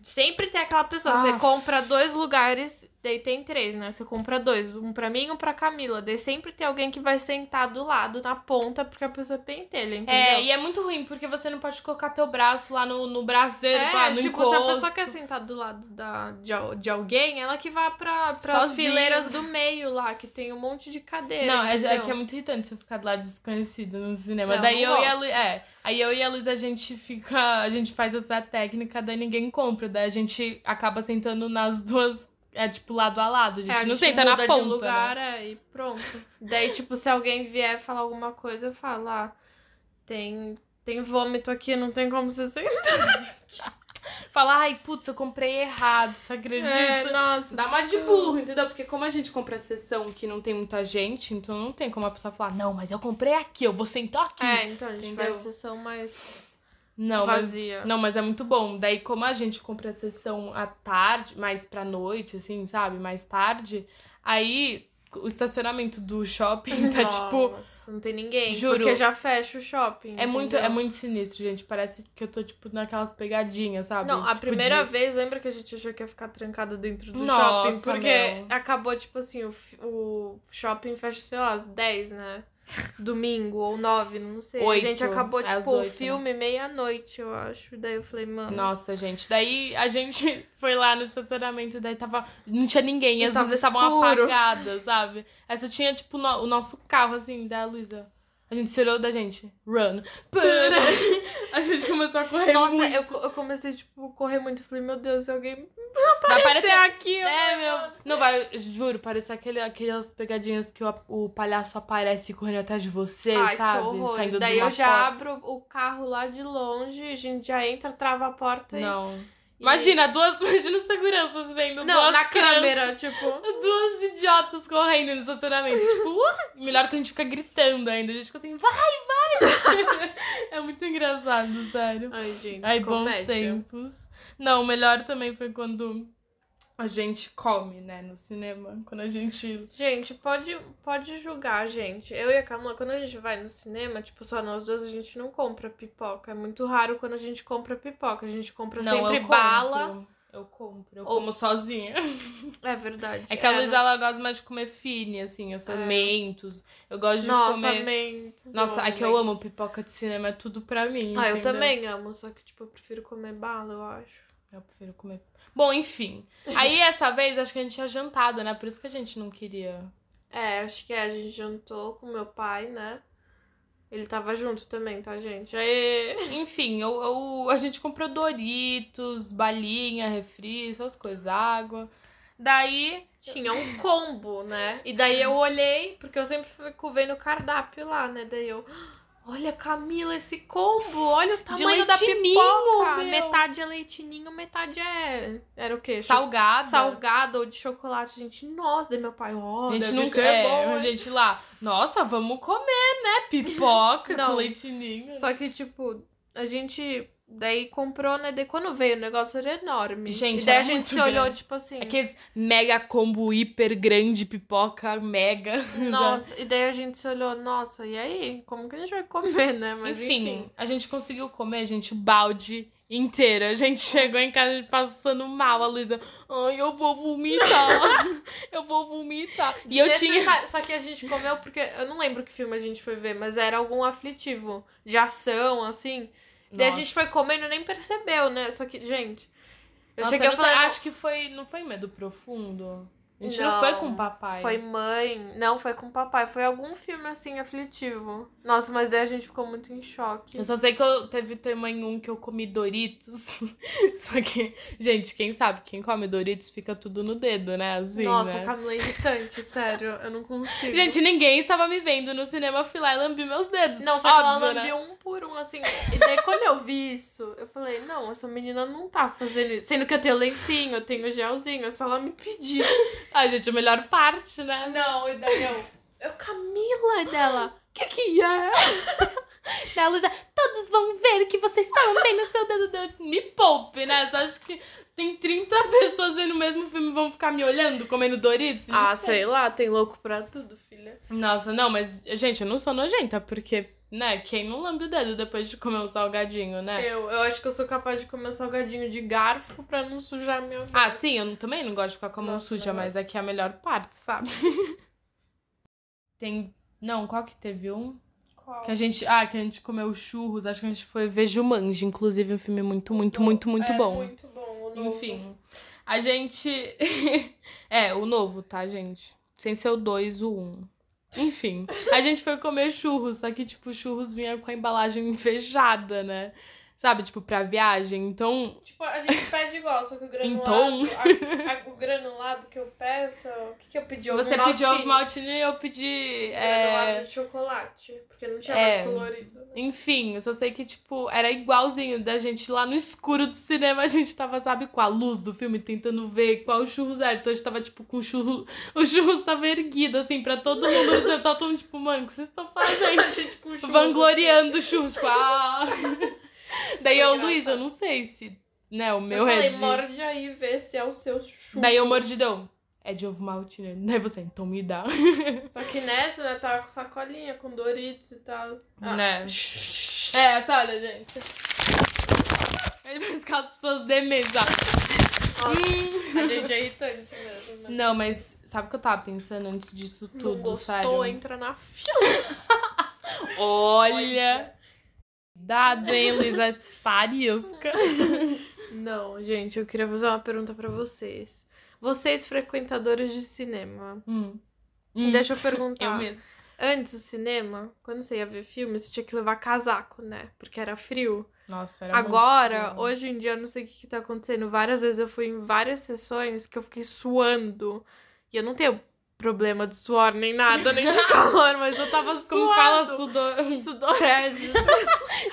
Speaker 2: sempre tem aquela pessoa. Você
Speaker 1: Ah.
Speaker 2: compra dois lugares, daí tem três, né? Você compra dois, um pra mim e um pra Camila. Daí sempre tem alguém que vai sentar do lado, na ponta, porque a pessoa é pentelha, entendeu?
Speaker 1: É, e é muito ruim, porque você não pode colocar teu braço lá no, no braseiro, sei lá,
Speaker 2: É,
Speaker 1: no
Speaker 2: tipo,
Speaker 1: encosto.
Speaker 2: se a pessoa quer sentar do lado da, de, al- de alguém, ela que vai pra, pras
Speaker 1: Sozinha.
Speaker 2: fileiras do meio lá, que tem um monte de cadeira.
Speaker 1: Não, é, é
Speaker 2: entendeu?
Speaker 1: que é muito irritante você ficar do lado desconhecido no cinema.
Speaker 2: Não,
Speaker 1: daí
Speaker 2: não
Speaker 1: eu e a
Speaker 2: gosto.
Speaker 1: Lu... é, aí eu e a Luiz a gente fica, a gente faz essa técnica, daí ninguém compra, daí a gente acaba sentando nas duas, é tipo lado a lado, a gente
Speaker 2: É, a
Speaker 1: não
Speaker 2: gente
Speaker 1: senta na
Speaker 2: muda
Speaker 1: ponta. né?
Speaker 2: de lugar é, e pronto. Daí, tipo, se alguém vier falar alguma coisa, eu falo, ah, tem, tem vômito aqui, não tem como você sentar.
Speaker 1: né? Fala, ai, putz, eu comprei errado, você acredita?
Speaker 2: É, nossa.
Speaker 1: Dá uma de burro, entendeu? Porque como a gente compra a sessão que não tem muita gente, então não tem como a pessoa falar, não, mas eu comprei aqui, eu vou sentar aqui.
Speaker 2: É, então, a gente
Speaker 1: um Entendeu?
Speaker 2: faz sessão mais
Speaker 1: não, mas
Speaker 2: vazia.
Speaker 1: Não, mas é muito bom. Daí, como a gente compra a sessão à tarde, mais pra noite, assim, sabe? Mais tarde, aí o estacionamento do shopping tá tipo.
Speaker 2: Nossa, não tem ninguém.
Speaker 1: Juro.
Speaker 2: Porque já fecha o shopping.
Speaker 1: É muito,
Speaker 2: entendeu?
Speaker 1: é muito sinistro, gente. Parece que eu tô, tipo, naquelas pegadinhas, sabe?
Speaker 2: Não, a
Speaker 1: Tipo,
Speaker 2: primeira
Speaker 1: de-
Speaker 2: vez, lembra que a gente achou que ia ficar trancada dentro do
Speaker 1: Nossa,
Speaker 2: shopping? Porque
Speaker 1: meu.
Speaker 2: acabou, tipo assim, o, fi- o shopping fecha, sei lá, às
Speaker 1: [LAUGHS]
Speaker 2: 10, né? Domingo ou 9, não sei.
Speaker 1: Oito,
Speaker 2: a gente acabou,
Speaker 1: às
Speaker 2: tipo, o
Speaker 1: oito, né?
Speaker 2: filme meia-noite, eu acho. Daí eu falei, mano.
Speaker 1: Nossa, gente. Daí a gente [LAUGHS] foi lá no estacionamento, daí tava. Não tinha ninguém,
Speaker 2: E
Speaker 1: as
Speaker 2: tava
Speaker 1: luzes estavam
Speaker 2: escuro.
Speaker 1: apagadas, sabe? Aí só tinha, tipo, no- o nosso carro, assim, da Luísa. A gente se olhou da gente.
Speaker 2: [LAUGHS]
Speaker 1: Run. a gente começou a correr.
Speaker 2: Nossa,
Speaker 1: muito.
Speaker 2: eu, co- eu comecei, tipo, a correr muito. Falei, meu Deus, se alguém
Speaker 1: Vai
Speaker 2: aparecer
Speaker 1: aparecer
Speaker 2: aqui, eu-
Speaker 1: É, meu. Não vai, eu juro, parece aquele, aquelas pegadinhas que o, o palhaço aparece correndo atrás de você,
Speaker 2: Ai,
Speaker 1: sabe?
Speaker 2: que horror.
Speaker 1: Saindo
Speaker 2: Daí
Speaker 1: de uma
Speaker 2: eu já
Speaker 1: porta.
Speaker 2: abro o carro lá de longe, a gente já entra, trava a porta e-
Speaker 1: Não.
Speaker 2: e.
Speaker 1: Imagina, duas. [LAUGHS] Imagina os seguranças vendo.
Speaker 2: Não,
Speaker 1: duas
Speaker 2: na
Speaker 1: crianças- [LAUGHS]
Speaker 2: câmera, tipo.
Speaker 1: Duas idiotas correndo no estacionamento. tipo, "Uá!" melhor que a gente fica gritando ainda. A gente fica assim, vai, vai! [LAUGHS] é muito engraçado, sério.
Speaker 2: Ai, gente.
Speaker 1: Ai, bons
Speaker 2: comédia.
Speaker 1: tempos. Não, o melhor também foi quando a gente come, né, no cinema. Quando a gente.
Speaker 2: Gente, pode, pode julgar, gente. Eu e a Camila, quando a gente vai no cinema, tipo, só nós duas, a gente não compra pipoca. É muito raro quando a gente compra pipoca. A gente compra sempre
Speaker 1: eu
Speaker 2: bala.
Speaker 1: compro. Eu compro, eu
Speaker 2: Ou-
Speaker 1: como sozinha.
Speaker 2: [LAUGHS] É verdade.
Speaker 1: É que a Luísa,
Speaker 2: Luísa
Speaker 1: ela gosta mais de comer fine, assim, os
Speaker 2: É.
Speaker 1: mentos. Eu gosto de
Speaker 2: Nossa,
Speaker 1: comer...
Speaker 2: mentos,
Speaker 1: Nossa, é que eu amo
Speaker 2: mentos.
Speaker 1: pipoca de cinema, é tudo pra mim,
Speaker 2: Ah, eu
Speaker 1: entendeu?
Speaker 2: também amo, só que, tipo, eu prefiro comer bala, eu acho.
Speaker 1: Eu prefiro comer... Bom, enfim.
Speaker 2: [LAUGHS]
Speaker 1: Aí, essa vez, acho que a gente tinha jantado, né? Por isso que a gente não queria...
Speaker 2: É, acho que é, a gente jantou com meu pai, né? Ele tava junto também, tá, gente? Aê!
Speaker 1: Enfim, eu, eu- a gente comprou Doritos, balinha, refri, essas coisas, água. Daí...
Speaker 2: Tinha um combo, né? E daí eu olhei, porque eu sempre fico vendo o cardápio lá, né? Daí eu. Olha, Camila, esse combo! Olha o tamanho da
Speaker 1: leitinho,
Speaker 2: pipoca!
Speaker 1: meu!
Speaker 2: Metade é leitinho, metade é. Era o quê?
Speaker 1: Salgada.
Speaker 2: Salgado ou de chocolate, gente. Nossa, daí meu pai, ó,
Speaker 1: A gente
Speaker 2: deve
Speaker 1: nunca
Speaker 2: ser
Speaker 1: é,
Speaker 2: bom,
Speaker 1: a
Speaker 2: hein?
Speaker 1: gente lá, nossa, vamos comer, né? Pipoca
Speaker 2: Não.
Speaker 1: com leite ninho.
Speaker 2: Só que, tipo, a gente daí comprou, né? Daí quando veio o negócio era enorme.
Speaker 1: Gente,
Speaker 2: e daí
Speaker 1: era
Speaker 2: a gente
Speaker 1: muito
Speaker 2: se olhou,
Speaker 1: grande.
Speaker 2: tipo assim.
Speaker 1: Aqueles mega combo hiper grande pipoca mega. [LAUGHS]
Speaker 2: Nossa, e daí a gente se olhou, nossa, e aí? Como que a gente vai comer, né? Mas
Speaker 1: enfim,
Speaker 2: enfim.
Speaker 1: a gente conseguiu comer, gente, o balde inteiro. A gente chegou em casa passando mal, a Luísa. Ai, eu vou
Speaker 2: [LAUGHS]
Speaker 1: vomitar. eu vou vomitar. E eu tinha.
Speaker 2: Desnecessário. Só que a gente comeu porque. Eu não lembro que filme a gente foi ver, mas era algum aflitivo de ação, assim. Daí a gente
Speaker 1: Nossa.
Speaker 2: foi comendo e nem percebeu, né? Só que, gente. Eu
Speaker 1: Nossa,
Speaker 2: cheguei
Speaker 1: não
Speaker 2: eu falei.
Speaker 1: sei,
Speaker 2: não,
Speaker 1: Acho que foi. Não foi medo profundo? A gente não,
Speaker 2: Não,
Speaker 1: foi com o papai.
Speaker 2: Foi mãe. Não, foi com o papai. Foi algum filme assim, aflitivo. Nossa, mas daí a gente ficou muito em choque.
Speaker 1: Eu só sei que eu teve também um que eu comi Doritos. [LAUGHS] só que, gente, quem sabe, quem come Doritos fica tudo no dedo, né? Assim,
Speaker 2: Nossa,
Speaker 1: né?
Speaker 2: Camila é irritante, sério. Eu não consigo.
Speaker 1: Gente, ninguém estava me vendo no cinema, eu fui lá e lambi meus dedos.
Speaker 2: não, só que ela
Speaker 1: Óbvio, né?
Speaker 2: lambeu um por um, assim. E daí quando eu vi isso, eu falei, não, essa menina não tá fazendo isso. Sendo que eu tenho lencinho, eu tenho gelzinho, é só ela me pedir.
Speaker 1: Ai, gente, a melhor parte, né?
Speaker 2: Não, e daí eu. Eu, Camila, e dela. Que que
Speaker 1: [LAUGHS]
Speaker 2: é?
Speaker 1: Da Luísa, todos vão ver que você está lambendo seu dedo. Deus, me poupe, né? Só acho que tem 30 pessoas vendo o mesmo filme e vão ficar me olhando, comendo Doritos. Não
Speaker 2: Ah, sei lá, tem louco pra tudo, filha.
Speaker 1: Nossa, não, mas, gente, eu não sou nojenta, porque, né, quem não lambe o dedo depois de comer um salgadinho, né?
Speaker 2: É. Eu, eu acho que eu sou capaz de comer um salgadinho de garfo pra não sujar meu.
Speaker 1: Ah, sim, eu não- também não gosto de ficar com a mão
Speaker 2: Nossa,
Speaker 1: suja,
Speaker 2: não
Speaker 1: mas aqui é a melhor parte, sabe? [LAUGHS] Tem. Não, qual que teve um?
Speaker 2: Qual?
Speaker 1: Que a gente. Ah, que a gente comeu churros. Acho que a gente foi ver Jumanji, inclusive, um filme muito, muito, muito, muito
Speaker 2: É,
Speaker 1: bom.
Speaker 2: Muito bom, o novo.
Speaker 1: Enfim. A gente. [LAUGHS] é, o novo, tá, gente? Sem ser o 2, o 1. Um. Enfim, a gente foi comer churros, só que, tipo, churros vinha com a embalagem [LAUGHS] fechada, né? Sabe, tipo, pra viagem. Então,
Speaker 2: Tipo, a gente pede igual, só que o granulado.
Speaker 1: Então?
Speaker 2: a- a- o granulado que eu peço. O que, que eu pedi? Ovo
Speaker 1: Você
Speaker 2: maltine.
Speaker 1: pediu ovo maltine e eu pedi.
Speaker 2: Granulado
Speaker 1: é,
Speaker 2: de chocolate. Porque não tinha
Speaker 1: É.
Speaker 2: mais colorido. [LAUGHS] né?
Speaker 1: Enfim, eu só sei que, tipo, era igualzinho da gente lá no escuro do cinema. A gente tava, sabe, com a luz do filme, tentando ver qual churros era. Então a gente tava, tipo, com o churro. [LAUGHS] O churros tava erguido, assim, pra todo mundo. Eu tava todo mundo, tipo, mano, o que vocês estão fazendo?
Speaker 2: A gente com churros.
Speaker 1: Vangloriando o churros, tipo,
Speaker 2: [LAUGHS]
Speaker 1: ah. Daí
Speaker 2: Foi
Speaker 1: eu,
Speaker 2: engraçado.
Speaker 1: Luiz, eu não sei se, né, o
Speaker 2: Eu
Speaker 1: meu é
Speaker 2: falei,
Speaker 1: de-
Speaker 2: morde aí e vê se é o seu churro.
Speaker 1: Daí eu mordidão. é de ovo maltine. Daí você, então me dá.
Speaker 2: Só que nessa, né, tava com sacolinha, com Doritos e tal. Ah.
Speaker 1: [LAUGHS] Né? É, essa, olha, gente. Ele vai ficar as pessoas dementes, ó. Hum.
Speaker 2: A gente é irritante mesmo, né?
Speaker 1: Não, mas sabe o que eu tava pensando antes disso tudo,
Speaker 2: Não gostou,
Speaker 1: sério?
Speaker 2: entra na fila.
Speaker 1: Olha! Dado, hein, Luísa tá
Speaker 2: [LAUGHS]
Speaker 1: Starisca.
Speaker 2: Não, gente, eu queria fazer uma pergunta pra vocês. Vocês, frequentadores de cinema,
Speaker 1: Hum. Hum,
Speaker 2: deixa eu perguntar.
Speaker 1: eu mesmo.
Speaker 2: Antes do cinema, quando você ia ver filme, você tinha que levar casaco, né? Porque era frio.
Speaker 1: Nossa, era muito
Speaker 2: Agora,
Speaker 1: frio.
Speaker 2: hoje em dia, eu não sei o que, que tá acontecendo. Várias vezes eu fui em várias sessões que eu fiquei suando. E eu não tenho problema de suor, nem nada, nem [LAUGHS] de calor, mas eu tava suando. assim,
Speaker 1: Como fala sudor... [LAUGHS]
Speaker 2: sudorese.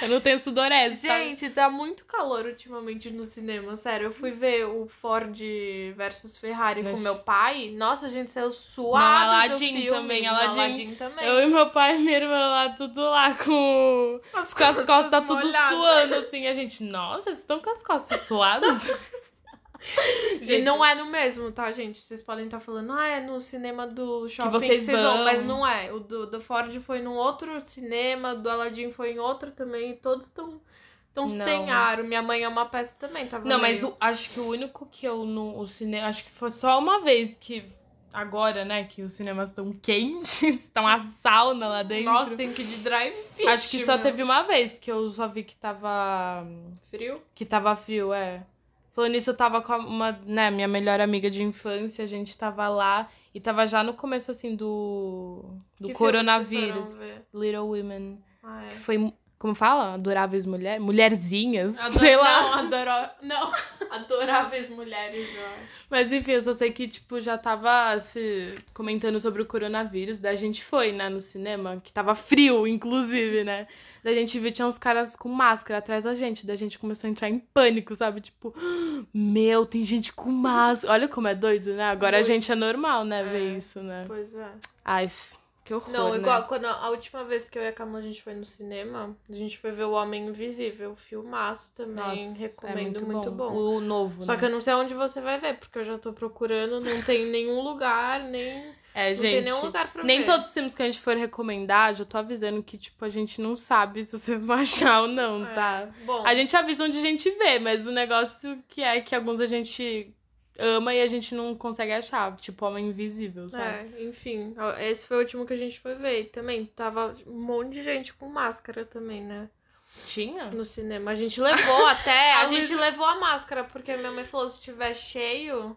Speaker 1: Eu não tenho sudorese, tá?
Speaker 2: Gente, tá muito calor ultimamente no cinema, sério. Eu fui ver o Ford versus Ferrari com
Speaker 1: Mas-
Speaker 2: meu pai. Nossa, a gente saiu suado
Speaker 1: Não,
Speaker 2: do
Speaker 1: Aladdin
Speaker 2: filme.
Speaker 1: também,
Speaker 2: No
Speaker 1: Aladdin.
Speaker 2: Aladdin também.
Speaker 1: Eu e meu pai e minha irmã lá, tudo lá com,
Speaker 2: As
Speaker 1: com as costas tá tudo
Speaker 2: molhadas.
Speaker 1: suando, assim. A gente, nossa, vocês estão com as costas
Speaker 2: [LAUGHS]
Speaker 1: suadas?
Speaker 2: e não é no mesmo, tá, gente? Vocês podem estar falando, ah, é no cinema do shopping que
Speaker 1: vocês vão.
Speaker 2: mas não é. O do, do Ford foi num outro cinema, do Aladdin foi em outro também, e todos estão tão
Speaker 1: Não.
Speaker 2: sem ar. Minha mãe é uma peça também, tava
Speaker 1: Não, mas
Speaker 2: meio-
Speaker 1: o- acho que o único que eu não. O cinema. Acho que foi só uma vez que. Agora, né, que os cinemas estão quentes, [LAUGHS] estão a sauna lá dentro.
Speaker 2: [LAUGHS] Nossa, é né? tem que ir de drive
Speaker 1: acho que só
Speaker 2: meu.
Speaker 1: teve uma vez que eu só vi que tava.
Speaker 2: frio.
Speaker 1: Que tava frio, é. Falando nisso, eu tava com uma, né, minha melhor amiga de infância, a gente tava lá e tava já no começo, assim, do, do
Speaker 2: Que filme que vocês
Speaker 1: coronavírus.
Speaker 2: foram ver?
Speaker 1: Little Women.
Speaker 2: Ah, é.
Speaker 1: Que foi, como fala? Adoráveis mulher, Mulherzinhas,
Speaker 2: Adora-
Speaker 1: sei lá.
Speaker 2: Não, adoro... não, [LAUGHS] adoráveis mulheres, eu acho.
Speaker 1: Mas enfim, eu só sei que, tipo, já tava se comentando sobre o coronavírus. Daí a gente foi, né, no cinema, que tava frio, inclusive, né? Daí a gente viu, tinha uns caras com máscara atrás da gente. Daí a gente começou a entrar em pânico, sabe? Tipo, meu, tem gente com máscara. Olha como é doido, né? Agora
Speaker 2: Doido.
Speaker 1: a gente é normal, né,
Speaker 2: É.
Speaker 1: ver isso, né?
Speaker 2: Pois é.
Speaker 1: Ai, s- que horror,
Speaker 2: Não,
Speaker 1: né?
Speaker 2: igual quando a última vez que eu e a Camila a gente foi no cinema, a gente foi ver O Homem Invisível, filmaço também,
Speaker 1: Nossa, é
Speaker 2: recomendo, muito, bom.
Speaker 1: O novo,
Speaker 2: Só
Speaker 1: né?
Speaker 2: que eu não sei onde você vai ver, porque eu já tô procurando, não tem [LAUGHS] nenhum lugar, nem.
Speaker 1: É,
Speaker 2: não tem
Speaker 1: gente...
Speaker 2: nenhum lugar pra
Speaker 1: Nem
Speaker 2: ver.
Speaker 1: todos os filmes que a gente for recomendar, já tô avisando que, tipo, a gente não sabe se vocês vão [LAUGHS] achar ou não,
Speaker 2: É,
Speaker 1: tá?
Speaker 2: Bom,
Speaker 1: A gente avisa onde a gente vê, mas o negócio que é que alguns a gente ama e a gente não consegue achar, tipo Homem Invisível, sabe?
Speaker 2: É, enfim, ó, esse foi o último que a gente foi ver. E também tava um monte de gente com máscara também, né?
Speaker 1: Tinha?
Speaker 2: No cinema. A
Speaker 1: [LAUGHS]
Speaker 2: gente levou até, a
Speaker 1: A
Speaker 2: gente levou a máscara, porque minha mãe falou: se tiver cheio,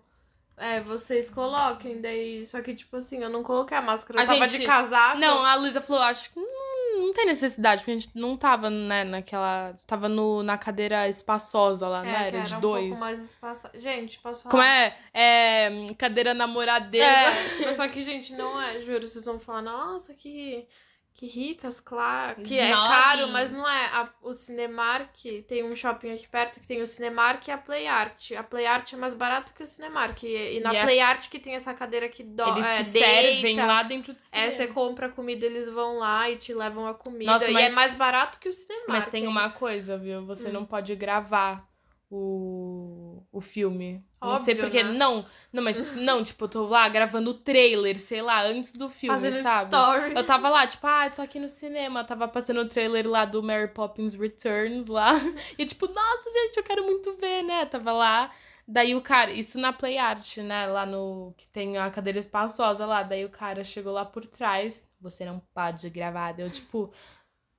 Speaker 2: é, vocês coloquem. Daí, só que, tipo assim, eu não coloquei a máscara, eu
Speaker 1: A
Speaker 2: tava
Speaker 1: gente-
Speaker 2: de casaco.
Speaker 1: Não, a Luísa falou, acho que não, não tem necessidade, porque a gente não tava, né, naquela. Tava no, na cadeira espaçosa lá,
Speaker 2: é,
Speaker 1: né?
Speaker 2: que
Speaker 1: Era de
Speaker 2: um
Speaker 1: dois.
Speaker 2: pouco mais espaça... Gente, posso falar?
Speaker 1: Como é? É. Cadeira namoradeira. [LAUGHS]
Speaker 2: É, mas só que, gente, não é, juro, vocês vão falar, nossa, que, que ricas, claro, que é
Speaker 1: Snobs.
Speaker 2: caro, mas não é. A- o Cinemark, tem um shopping aqui perto que tem o Cinemark e a Play Art. A Play Art é mais barato que o Cinemark. E, e na
Speaker 1: E a-
Speaker 2: Play Art que tem essa cadeira que dó,
Speaker 1: Eles te
Speaker 2: é,
Speaker 1: servem
Speaker 2: deita.
Speaker 1: lá dentro do cinema.
Speaker 2: É, você compra comida, eles vão lá e te levam a comida.
Speaker 1: Nossa,
Speaker 2: e
Speaker 1: mas-
Speaker 2: é mais barato que o Cinemark.
Speaker 1: Mas tem uma coisa, viu? Você
Speaker 2: Hum.
Speaker 1: não pode gravar o, o filme. não
Speaker 2: Óbvio,
Speaker 1: sei porque.
Speaker 2: né?
Speaker 1: Não, não, mas não, tipo, eu tô lá gravando o trailer, sei lá, antes do filme,
Speaker 2: Fazendo
Speaker 1: sabe?
Speaker 2: story.
Speaker 1: Eu tava lá, tipo, ah, eu tô aqui no cinema. Tava passando o trailer lá do Mary Poppins Returns lá. [LAUGHS] E tipo, nossa, gente, eu quero muito ver, né? Tava lá. Daí o cara, isso na Play Art, né? Lá no. Que tem a cadeira espaçosa lá. Daí o cara chegou lá por trás. Você não pode gravar. Daí Eu, tipo.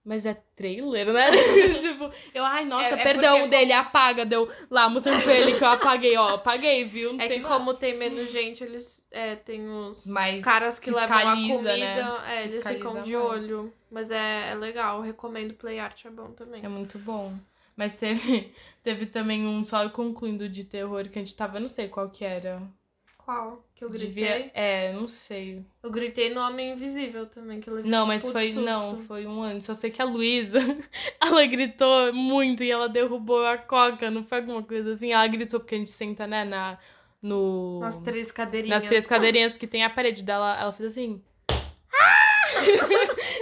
Speaker 1: Mas é trailer, né? [LAUGHS] tipo, eu, ai, nossa,
Speaker 2: É- é
Speaker 1: perdão
Speaker 2: porque
Speaker 1: dele, apaga. Deu lá mostrando pra ele que eu apaguei, ó, apaguei, viu? Não
Speaker 2: É
Speaker 1: tem
Speaker 2: que
Speaker 1: nada.
Speaker 2: como tem menos gente, eles é, tem os
Speaker 1: Mas
Speaker 2: caras que levam a
Speaker 1: fiscaliza,
Speaker 2: comida.
Speaker 1: né?
Speaker 2: É, eles
Speaker 1: Fiscaliza
Speaker 2: ficam de
Speaker 1: mais.
Speaker 2: olho. Mas é, é legal, recomendo Play Art, é bom também.
Speaker 1: É muito bom. Mas teve, [LAUGHS] teve também um só concluindo de terror que a gente tava, eu não sei qual que era.
Speaker 2: Qual? Que eu gritei?
Speaker 1: Devia- é, não sei.
Speaker 2: Eu gritei no Homem Invisível também, que eu levei
Speaker 1: Não,
Speaker 2: um
Speaker 1: mas
Speaker 2: puto
Speaker 1: foi.
Speaker 2: susto.
Speaker 1: Não, foi um ano. Só sei que a Luísa, [LAUGHS] ela gritou muito e ela derrubou a coca, não foi alguma coisa assim. Ela gritou porque a gente senta, né, na, no.
Speaker 2: Nas três cadeirinhas.
Speaker 1: nas três
Speaker 2: [LAUGHS]
Speaker 1: cadeirinhas que tem a parede dela, ela fez assim. Ah!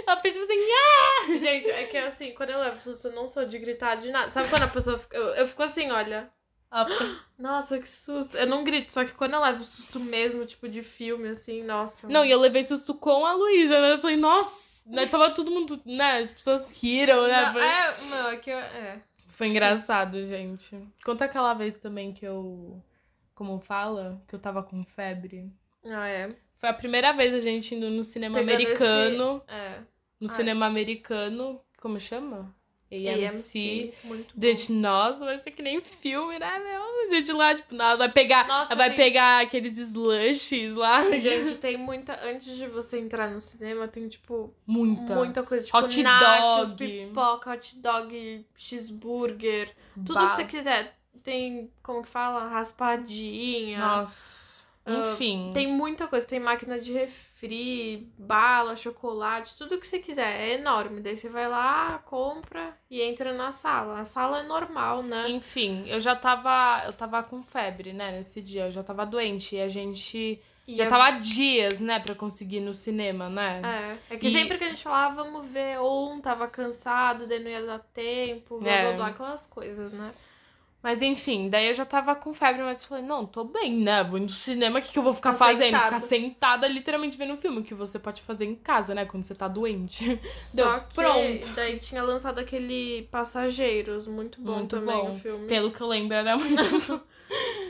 Speaker 1: ela fez tipo assim, ah!
Speaker 2: Gente, é que assim, quando eu levo susto, eu não sou de gritar de nada. Sabe quando a pessoa fica. Eu, eu fico assim, olha. Ah, pr- Nossa, que susto. Eu não grito, só que quando eu levo susto mesmo, tipo, de filme, assim, nossa.
Speaker 1: Não, e eu levei susto com a Luísa, né? Eu falei, nossa, né? tava todo mundo, né? As pessoas riram, né?
Speaker 2: Não,
Speaker 1: Foi-
Speaker 2: é, não, é que eu. É.
Speaker 1: Foi engraçado, gente. Conta aquela vez também que eu. Como fala? Que eu tava com febre.
Speaker 2: Não,
Speaker 1: Ah,
Speaker 2: é.
Speaker 1: Foi a primeira vez a gente indo no cinema
Speaker 2: Pegando
Speaker 1: americano.
Speaker 2: É.
Speaker 1: No
Speaker 2: Ai.
Speaker 1: cinema americano. Como chama? AMC.
Speaker 2: é Muito bom.
Speaker 1: Gente, nossa, vai ser que nem filme, né, meu? Dia de lá, tipo, nada. Vai pegar.
Speaker 2: Nossa,
Speaker 1: vai
Speaker 2: gente.
Speaker 1: pegar aqueles slushes lá.
Speaker 2: [LAUGHS]
Speaker 1: [LAUGHS]
Speaker 2: Gente, tem muita. Antes de você entrar no cinema, tem, tipo,
Speaker 1: Muita.
Speaker 2: muita, coisa. Tipo,
Speaker 1: Hot
Speaker 2: nachos,
Speaker 1: dog.
Speaker 2: pipoca, hot dog, cheeseburger. Tudo
Speaker 1: Bah.
Speaker 2: que você quiser. Tem, como que fala? Raspadinha.
Speaker 1: Nossa.
Speaker 2: Ah,
Speaker 1: Enfim.
Speaker 2: Tem muita coisa. Tem máquina de refri, bala, chocolate, tudo que você quiser. É enorme. Daí você vai lá, compra e entra na sala. A sala é normal, né?
Speaker 1: Enfim, eu já tava. Eu tava com febre, né, nesse dia. Eu já tava doente. E a gente.
Speaker 2: E
Speaker 1: já
Speaker 2: é-
Speaker 1: tava há dias, né, pra conseguir ir no cinema, né?
Speaker 2: É, é que
Speaker 1: E-
Speaker 2: sempre que a gente falava, "Ah, vamos ver, ou um tava cansado, daí não ia dar tempo, blá
Speaker 1: É.
Speaker 2: blá blá, aquelas coisas, né?
Speaker 1: Mas enfim, daí eu já tava com febre, mas falei, não, tô bem, né? Vou ir no cinema, o que, que eu vou ficar
Speaker 2: Ficar
Speaker 1: fazendo?
Speaker 2: sentada.
Speaker 1: Ficar sentada literalmente vendo um filme, que você pode fazer em casa, né? Quando você tá doente. [LAUGHS] Deu,
Speaker 2: Só que Hum.
Speaker 1: pronto.
Speaker 2: daí tinha lançado aquele Passageiros, muito bom
Speaker 1: Muito
Speaker 2: também
Speaker 1: bom.
Speaker 2: o filme.
Speaker 1: Pelo que eu lembro, era muito.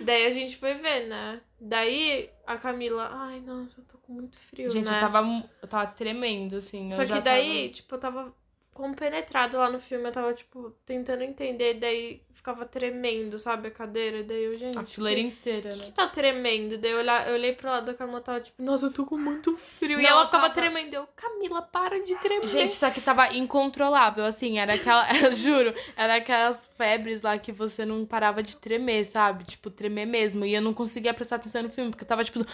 Speaker 2: Daí a gente foi ver, né? Daí a Camila, ai, nossa, eu tô com muito frio,
Speaker 1: Gente,
Speaker 2: né?
Speaker 1: eu tava, mu- eu tava tremendo, assim. eu
Speaker 2: Só
Speaker 1: já
Speaker 2: que daí, tipo, eu tava compenetrada lá no filme, eu tava, tipo, tentando entender, daí ficava tremendo, sabe, a cadeira, daí eu, gente...
Speaker 1: Tava... A fileira
Speaker 2: que-
Speaker 1: inteira,
Speaker 2: O que,
Speaker 1: né?
Speaker 2: que tá tremendo? Daí eu, olhar, eu olhei pro lado da Camila tava tipo, nossa, eu tô com muito frio. e
Speaker 1: Não,
Speaker 2: ela
Speaker 1: eu
Speaker 2: ficava
Speaker 1: tava-
Speaker 2: tremendo. Eu, Camila, para de tremer.
Speaker 1: Gente, só que tava incontrolável, assim, era aquela, [LAUGHS] eu juro, era aquelas febres lá que você não parava de tremer, sabe? Tipo, tremer mesmo. E eu não conseguia prestar atenção no filme, porque eu tava tipo.
Speaker 2: [LAUGHS]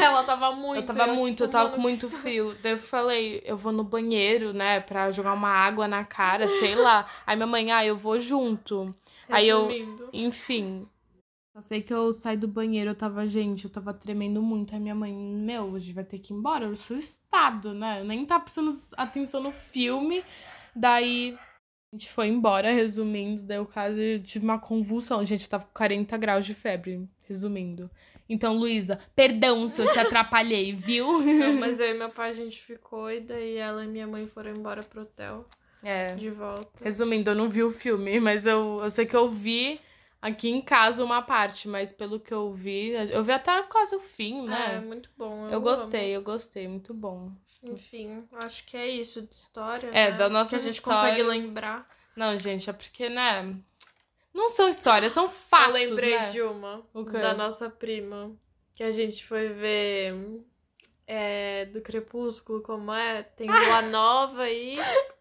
Speaker 2: ela tava muito.
Speaker 1: eu tava muito,
Speaker 2: tipo,
Speaker 1: eu tava
Speaker 2: mano,
Speaker 1: com
Speaker 2: [LAUGHS]
Speaker 1: muito frio. Daí eu falei, eu vou no banheiro, né, pra jogar uma água na cara, sei lá. Aí minha mãe, ah, eu vou junto. Aí eu-
Speaker 2: resumindo.
Speaker 1: Enfim. Só sei que eu saí do banheiro, eu tava, gente, eu tava tremendo muito. Aí minha mãe, meu, hoje vai ter que ir embora, eu sou estado, né? Eu nem tava prestando atenção no filme. Daí a gente foi embora, resumindo, daí eu quase tive uma convulsão. Gente, eu tava com 40 graus de febre, resumindo. Então, Luísa, perdão se eu [LAUGHS] te atrapalhei, viu?
Speaker 2: Não, mas eu e meu pai, a gente ficou. E daí ela e minha mãe foram embora pro hotel.
Speaker 1: É.
Speaker 2: De volta.
Speaker 1: Resumindo, eu não vi o filme, [LAUGHS] mas eu, eu sei que eu vi aqui em casa uma parte, mas pelo que eu vi, eu vi até quase o fim,
Speaker 2: É,
Speaker 1: né?
Speaker 2: muito bom.
Speaker 1: eu gostei, eu gostei, muito bom.
Speaker 2: amo. Enfim, acho que é isso de história.
Speaker 1: É,
Speaker 2: né?
Speaker 1: da nossa
Speaker 2: Que a gente
Speaker 1: história.
Speaker 2: consegue lembrar.
Speaker 1: Não, gente, é porque, né? Não são histórias, são fatos.
Speaker 2: eu lembrei
Speaker 1: né?
Speaker 2: de um uma.
Speaker 1: O quê?
Speaker 2: Da nossa prima. Que a gente foi ver. é, do Crepúsculo, como é? Tem Lua [LAUGHS] Nova e.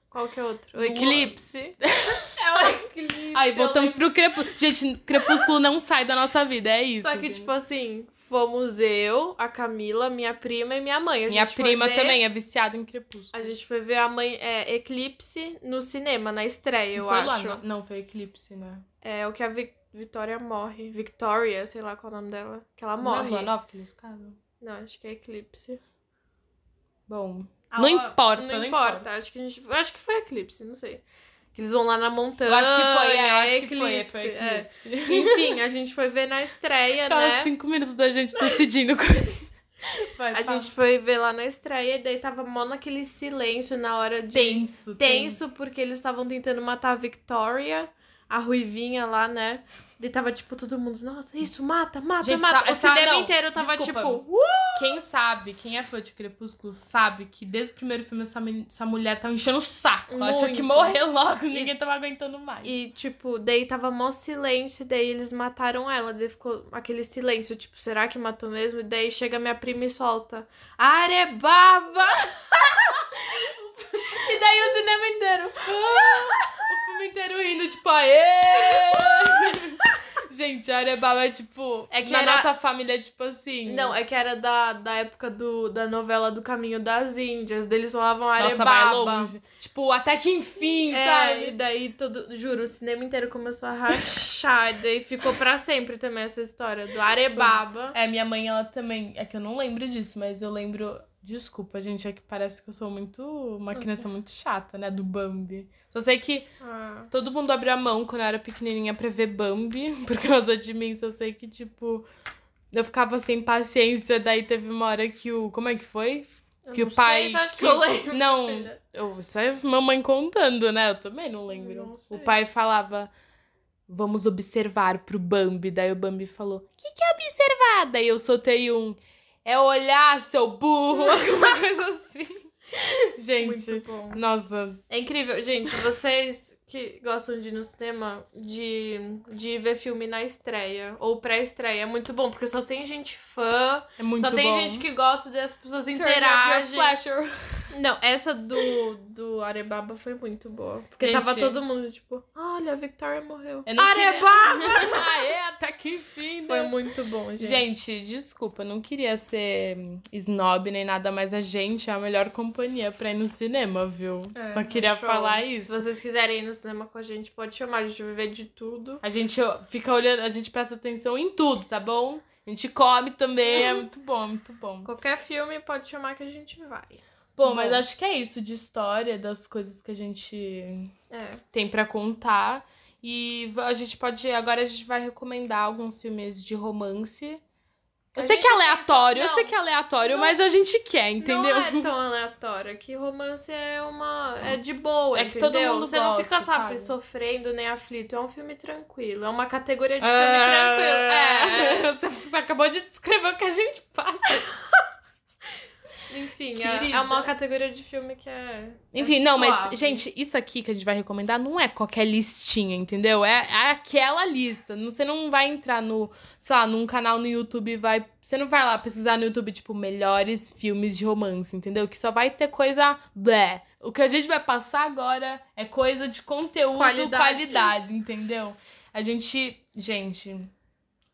Speaker 2: Qual que é outro? O
Speaker 1: Lua-
Speaker 2: Eclipse. [LAUGHS] É o Eclipse.
Speaker 1: Aí
Speaker 2: eu
Speaker 1: voltamos pro crepúsculo. Gente, crepúsculo não sai da nossa vida, é isso.
Speaker 2: lembro. Só que, tipo assim, fomos eu, a Camila, minha prima e minha mãe. A
Speaker 1: minha
Speaker 2: gente foi
Speaker 1: prima
Speaker 2: ver-
Speaker 1: também é viciada em crepúsculo.
Speaker 2: A gente foi ver a mãe é, Eclipse no cinema, na estreia, eu
Speaker 1: foi lá,
Speaker 2: acho.
Speaker 1: não, não, foi eclipse, né?
Speaker 2: É o que a Vic- Victoria morre. Victoria, sei lá qual é o nome dela. Que ela
Speaker 1: Não, é
Speaker 2: morre.
Speaker 1: Lua nova que eles casam?
Speaker 2: não acho que é Eclipse.
Speaker 1: Bom,
Speaker 2: Ah,
Speaker 1: Não
Speaker 2: ó,
Speaker 1: importa,
Speaker 2: não,
Speaker 1: não
Speaker 2: importa.
Speaker 1: importa.
Speaker 2: Acho que a gente, acho que foi eclipse, não sei. Que eles vão lá na montanha.
Speaker 1: eu acho que foi, é, eu acho que foi,
Speaker 2: eclipse,
Speaker 1: foi
Speaker 2: é.
Speaker 1: eclipse.
Speaker 2: Enfim, a gente foi ver na estreia,
Speaker 1: Ficava
Speaker 2: né?
Speaker 1: cinco minutos da gente decidindo coisa. [LAUGHS] Vai,
Speaker 2: A
Speaker 1: fala.
Speaker 2: gente foi ver lá na estreia e daí tava mó naquele silêncio na hora de
Speaker 1: tenso,
Speaker 2: tenso, porque eles estavam tentando matar a Victoria, a ruivinha lá, né? E tava, tipo, todo mundo, nossa, isso, mata, mata,
Speaker 1: Gente,
Speaker 2: mata.
Speaker 1: essa-
Speaker 2: o
Speaker 1: essa-
Speaker 2: cinema
Speaker 1: não,
Speaker 2: inteiro tava,
Speaker 1: desculpa.
Speaker 2: tipo,
Speaker 1: Quem sabe, quem é fã de Crepúsculo sabe que desde o primeiro filme essa, men- essa mulher tava enchendo o saco. Ela tinha que
Speaker 2: Muito.
Speaker 1: morrer logo, ninguém tava aguentando mais.
Speaker 2: E, tipo, daí tava mó silêncio, e daí eles mataram ela, daí ficou aquele silêncio, tipo, será que matou mesmo? E daí chega minha prima e solta, Arebaba! [LAUGHS] e daí o cinema inteiro.
Speaker 1: o filme inteiro rindo, tipo, aê! [LAUGHS] gente, a Arebaba é tipo.
Speaker 2: É que
Speaker 1: na
Speaker 2: era-
Speaker 1: nossa família é tipo assim.
Speaker 2: Não, é que era da, da época do, da novela do Caminho das Índias, daí eles falavam
Speaker 1: nossa, vai
Speaker 2: Arebaba.
Speaker 1: longe. Tipo, até que enfim,
Speaker 2: É,
Speaker 1: sabe?
Speaker 2: e daí todo, juro, o cinema inteiro começou a rachar, [LAUGHS] e daí ficou pra sempre também essa história do Arebaba.
Speaker 1: É, minha mãe, ela também. É que eu não lembro disso, mas eu lembro. Desculpa, gente, é que parece que eu sou muito. uma criança muito chata, né? Do Bambi. Só sei que
Speaker 2: Ah.
Speaker 1: todo mundo abriu a mão quando eu era pequenininha pra ver Bambi, [LAUGHS] por causa de mim. Só sei que, tipo. Eu ficava sem paciência, daí teve uma hora que o. Como é que foi?
Speaker 2: Eu
Speaker 1: que
Speaker 2: não
Speaker 1: o pai.
Speaker 2: Sei, acho que eu lembro.
Speaker 1: Não, eu, isso é mamãe contando, né? Eu também não lembro.
Speaker 2: Não sei.
Speaker 1: o pai falava, vamos observar pro Bambi. Daí o Bambi falou, o que, que é observar? Daí eu soltei um, é olhar, seu burro.
Speaker 2: [LAUGHS]
Speaker 1: Alguma coisa assim. Gente,
Speaker 2: Muito bom.
Speaker 1: nossa.
Speaker 2: É incrível, gente, vocês que gostam de ir no cinema, de, de ver filme na estreia ou pré-estreia, é muito bom, porque só tem gente fã,
Speaker 1: É muito
Speaker 2: só tem
Speaker 1: bom.
Speaker 2: gente que gosta e as pessoas
Speaker 1: Turn off your
Speaker 2: interagem. [LAUGHS]
Speaker 1: flasher.
Speaker 2: Não, essa do, do Arebaba foi muito boa, porque
Speaker 1: Gente.
Speaker 2: tava todo mundo tipo, olha, a Victoria morreu.
Speaker 1: Eu não queria-
Speaker 2: Arebaba!
Speaker 1: Aê, Ah, é? até que fim,
Speaker 2: Foi
Speaker 1: né?
Speaker 2: muito bom, gente.
Speaker 1: Gente, desculpa, não queria ser hum, snob nem nada, mas a gente é a melhor companhia pra ir no cinema, viu?
Speaker 2: É,
Speaker 1: Só queria
Speaker 2: show.
Speaker 1: falar
Speaker 2: Se
Speaker 1: isso.
Speaker 2: vocês quiserem ir no cinema com a gente, pode chamar, a gente vai ver de tudo.
Speaker 1: A gente ó, fica olhando, a gente presta atenção em tudo, tá bom? A gente come também, é muito bom, muito bom.
Speaker 2: Qualquer filme pode chamar que a gente vai.
Speaker 1: Bom, mas
Speaker 2: Bom.
Speaker 1: acho que é isso de história, das coisas que a gente
Speaker 2: É.
Speaker 1: tem pra contar. E va- a gente pode. Agora a gente vai recomendar alguns filmes de romance. Eu
Speaker 2: A
Speaker 1: sei
Speaker 2: gente
Speaker 1: que é
Speaker 2: pensa-
Speaker 1: aleatório, eu
Speaker 2: não,
Speaker 1: sei que é aleatório,
Speaker 2: não-
Speaker 1: mas a gente quer, entendeu?
Speaker 2: Não é tão aleatório. Que romance é uma. É de boa.
Speaker 1: É que todo
Speaker 2: entendeu?
Speaker 1: mundo
Speaker 2: Você não
Speaker 1: gosta,
Speaker 2: fica, sabe,
Speaker 1: sabe?
Speaker 2: sofrendo nem aflito. É um filme tranquilo. É uma categoria de filme tranquilo. É.
Speaker 1: É, Ah. [LAUGHS] você, você acabou de descrever o que a gente passa.
Speaker 2: Enfim, é- é,
Speaker 1: Querida.
Speaker 2: uma categoria de filme que é.
Speaker 1: Enfim,
Speaker 2: é
Speaker 1: não,
Speaker 2: suave.
Speaker 1: mas, gente, isso aqui que a gente vai recomendar não é qualquer listinha, entendeu? É, é aquela lista. Não- Você não vai entrar no, sei lá, num canal no YouTube e vai. Você não vai lá pesquisar no YouTube, tipo, melhores filmes de romance, entendeu? Que só vai ter coisa. Blé. O que a gente vai passar agora é coisa de conteúdo,
Speaker 2: Qualidade.
Speaker 1: qualidade entendeu? A gente. Gente.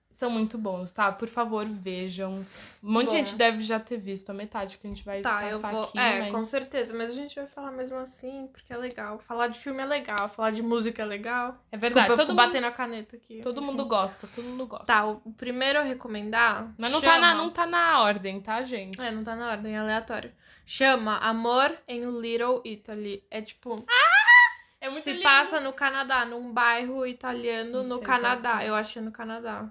Speaker 1: São muito bons, tá? Por favor, vejam. Um monte
Speaker 2: Bom.
Speaker 1: de gente deve já ter visto a metade que a gente vai
Speaker 2: Tá,
Speaker 1: passar
Speaker 2: eu vou.
Speaker 1: aqui.
Speaker 2: é,
Speaker 1: mas...
Speaker 2: com certeza. Mas a gente vai falar mesmo assim, porque é legal. Falar de filme é legal. Falar de música é legal.
Speaker 1: É verdade,
Speaker 2: Desculpa, eu
Speaker 1: todo
Speaker 2: fico
Speaker 1: mundo-
Speaker 2: batendo a caneta aqui.
Speaker 1: Todo
Speaker 2: Enfim.
Speaker 1: mundo gosta, todo mundo gosta.
Speaker 2: Tá, o o primeiro a recomendar.
Speaker 1: Mas não tá,
Speaker 2: chama...
Speaker 1: na, não tá na ordem, tá, gente?
Speaker 2: É, não tá na ordem, é aleatório. Chama Amor em Little Italy. É tipo. se passa no Canadá, num bairro
Speaker 1: Não
Speaker 2: italiano no
Speaker 1: sei
Speaker 2: Canadá.
Speaker 1: exatamente.
Speaker 2: Eu acho que é no Canadá.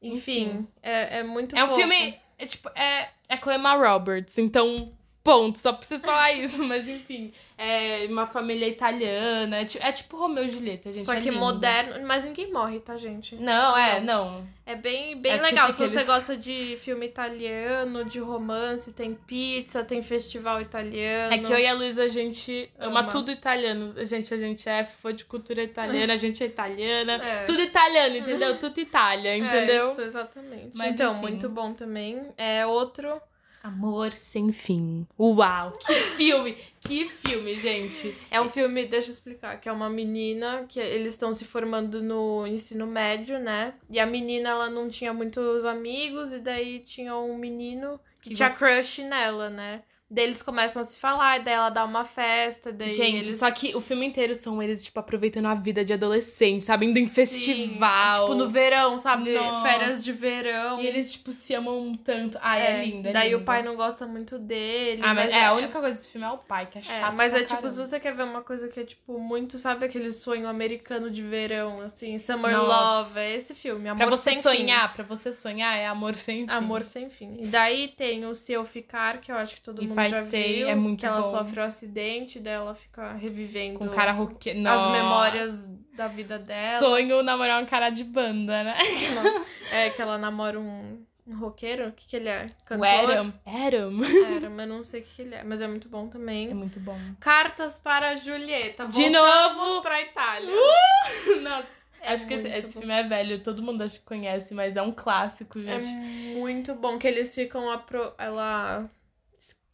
Speaker 2: Enfim,
Speaker 1: Enfim.
Speaker 2: É, é muito
Speaker 1: É um
Speaker 2: fofo.
Speaker 1: filme. É tipo, é, é com Emma Roberts, então. Ponto, só preciso [LAUGHS] falar isso, mas enfim. É uma família italiana. É tipo, é tipo Romeu e Julieta, gente.
Speaker 2: Só
Speaker 1: é
Speaker 2: que
Speaker 1: lindo.
Speaker 2: moderno, mas ninguém morre, tá, gente?
Speaker 1: Não, é, não.
Speaker 2: É bem, bem
Speaker 1: Eu esqueci
Speaker 2: legal. Se
Speaker 1: que
Speaker 2: você
Speaker 1: eles-
Speaker 2: gosta de filme italiano, de romance, tem pizza, tem festival italiano.
Speaker 1: É que eu e a Luísa, a gente ama,
Speaker 2: Ama.
Speaker 1: tudo italiano. Gente, a gente é fã de cultura [LAUGHS] italiana, a gente é italiana.
Speaker 2: É.
Speaker 1: Tudo italiano, entendeu? Tudo [LAUGHS] Itália, entendeu?
Speaker 2: É, isso, exatamente.
Speaker 1: Mas,
Speaker 2: então,
Speaker 1: enfim.
Speaker 2: muito bom também. É outro.
Speaker 1: Amor sem fim. Uau, que filme, que filme, gente.
Speaker 2: É um filme, deixa eu explicar, que é uma menina que eles estão se formando no ensino médio, né? E a menina ela não tinha muitos amigos e daí tinha um menino que,
Speaker 1: Que
Speaker 2: tinha
Speaker 1: você-
Speaker 2: crush nela, né? Daí eles começam a se falar, e daí ela dá uma festa, daí
Speaker 1: Gente,
Speaker 2: eles...
Speaker 1: só que o filme inteiro são eles, tipo, aproveitando a vida de adolescente, sabe? Indo em festival.
Speaker 2: é, Tipo, no verão, sabe?
Speaker 1: Nossa.
Speaker 2: Férias de verão.
Speaker 1: E eles, tipo, se amam um tanto. Ai, é, lindo, é
Speaker 2: Daí
Speaker 1: lindo.
Speaker 2: o pai não gosta muito dele.
Speaker 1: Ah, mas é, a única coisa desse filme é o pai, que é
Speaker 2: É,
Speaker 1: chato.
Speaker 2: mas
Speaker 1: pra
Speaker 2: é tipo,
Speaker 1: caramba.
Speaker 2: se você quer ver uma coisa que é tipo muito, sabe aquele sonho americano de verão, assim, Summer
Speaker 1: Nossa.
Speaker 2: Love, é esse filme, Amor
Speaker 1: Pra você
Speaker 2: Sem
Speaker 1: sonhar, pra você sonhar, é amor sem fim.
Speaker 2: Fim. Amor Sem Fim. E daí tem o Se Eu Ficar, que eu acho que todo
Speaker 1: E
Speaker 2: mundo
Speaker 1: Faz
Speaker 2: já
Speaker 1: Stay,
Speaker 2: viu,
Speaker 1: é muito
Speaker 2: que ela
Speaker 1: bom.
Speaker 2: sofre um acidente, daí ela fica revivendo
Speaker 1: Com cara roqueiro.
Speaker 2: as memórias da vida dela.
Speaker 1: Sonho namorar um cara de banda,
Speaker 2: [LAUGHS]
Speaker 1: né? [LAUGHS]
Speaker 2: Não. É que ela namora um, um roqueiro, o que que ele é?
Speaker 1: O
Speaker 2: Cantor?
Speaker 1: Adam. Adam.
Speaker 2: Era, mas não sei o que que ele é, mas é muito bom também.
Speaker 1: É muito bom.
Speaker 2: Tá Cartas para Julieta.
Speaker 1: De
Speaker 2: Voltamos
Speaker 1: novo?
Speaker 2: pra Itália.
Speaker 1: [LAUGHS] Nossa.
Speaker 2: É
Speaker 1: acho que esse,
Speaker 2: muito
Speaker 1: esse
Speaker 2: bom.
Speaker 1: filme é velho, todo mundo acho que conhece, mas é um clássico,
Speaker 2: é
Speaker 1: gente.
Speaker 2: muito bom que eles ficam a pro... ela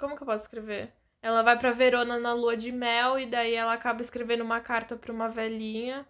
Speaker 2: como que eu posso escrever? Ela vai pra Verona na lua de mel e daí ela acaba escrevendo uma carta pra uma velhinha.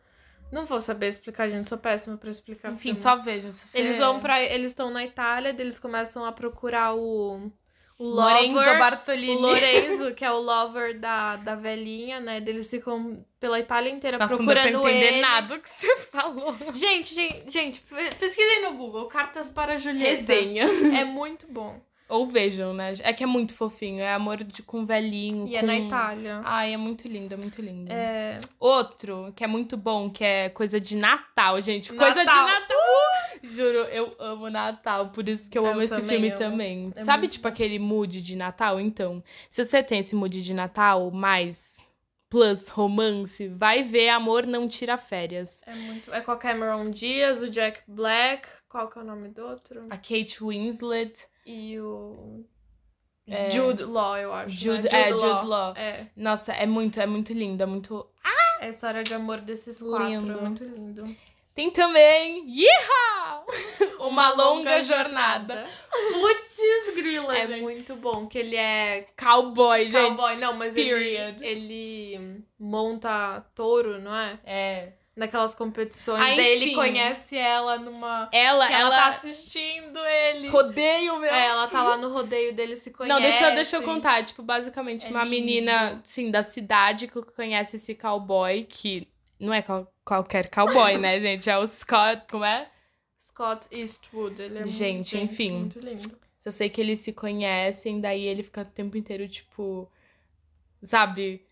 Speaker 2: Não vou saber explicar, gente, sou péssima pra explicar.
Speaker 1: Enfim,
Speaker 2: filme.
Speaker 1: só é. vejam. se você-
Speaker 2: É eles vão para eles estão na Itália, daí eles começam a procurar o o
Speaker 1: Lorenzo
Speaker 2: lover, o
Speaker 1: Bartolini.
Speaker 2: [LAUGHS] Lorenzo, que é o lover da, da velhinha, né? daí Eles ficam pela Itália inteira
Speaker 1: Nossa, não deu
Speaker 2: procurando
Speaker 1: pra entender
Speaker 2: ele.
Speaker 1: nada que você
Speaker 2: [LAUGHS]
Speaker 1: falou.
Speaker 2: Gente, gente, gente, pesquisem no Google, cartas para Julieta.
Speaker 1: Resenha.
Speaker 2: É muito bom.
Speaker 1: Ou vejam, né? É que é muito fofinho. É amor de, com velhinho.
Speaker 2: E
Speaker 1: com...
Speaker 2: é na Itália.
Speaker 1: Ai, é muito lindo, é muito lindo.
Speaker 2: É.
Speaker 1: Outro que é muito bom, que é coisa de Natal, gente. Coisa de
Speaker 2: Natal.
Speaker 1: Natal. Uh! Juro, eu amo Natal, por isso que eu,
Speaker 2: Eu
Speaker 1: amo esse
Speaker 2: também
Speaker 1: filme
Speaker 2: amo.
Speaker 1: também.
Speaker 2: É
Speaker 1: Sabe,
Speaker 2: muito
Speaker 1: tipo, aquele mood de Natal? Então, se você tem esse mood de Natal, mais plus romance, vai ver Amor Não Tira Férias.
Speaker 2: É muito. É com a Cameron Diaz, o Jack Black. Qual que é o nome do outro?
Speaker 1: A Kate Winslet,
Speaker 2: E o.
Speaker 1: É.
Speaker 2: Jude Law, eu acho. né?
Speaker 1: Jude, é, Jude Law.
Speaker 2: É.
Speaker 1: Nossa, é muito, é muito lindo, é muito...
Speaker 2: É a história de amor desses quatro.
Speaker 1: Lindo.
Speaker 2: É muito lindo.
Speaker 1: Tem também...
Speaker 2: [LAUGHS]
Speaker 1: Yeehaw! Uma, longa, jornada.
Speaker 2: Putz, grila, É
Speaker 1: gente.
Speaker 2: muito bom, que ele é
Speaker 1: Cowboy, gente.
Speaker 2: cowboy. Não, mas
Speaker 1: period.
Speaker 2: ele... Ele monta touro, não é?
Speaker 1: É.
Speaker 2: Naquelas competições.
Speaker 1: Ah,
Speaker 2: Daí ele
Speaker 1: enfim.
Speaker 2: conhece ela numa...
Speaker 1: Ela, ela...
Speaker 2: que ela tá assistindo ele.
Speaker 1: Rodeio, meu.
Speaker 2: É, ela tá lá no rodeio dele, se conhece.
Speaker 1: Não, deixa, eu- deixa eu contar. Tipo, basicamente,
Speaker 2: É
Speaker 1: uma
Speaker 2: lindo.
Speaker 1: menina, sim, da cidade que conhece esse cowboy, que não é qual- qualquer cowboy,
Speaker 2: [LAUGHS]
Speaker 1: né, gente? É o Scott, como é?
Speaker 2: Scott Eastwood, ele é muito,
Speaker 1: Gente, enfim.
Speaker 2: muito lindo.
Speaker 1: Só sei que eles se conhecem, daí ele fica o tempo inteiro, tipo, sabe?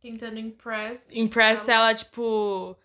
Speaker 2: Tentando impress.
Speaker 1: Impress ela, tipo,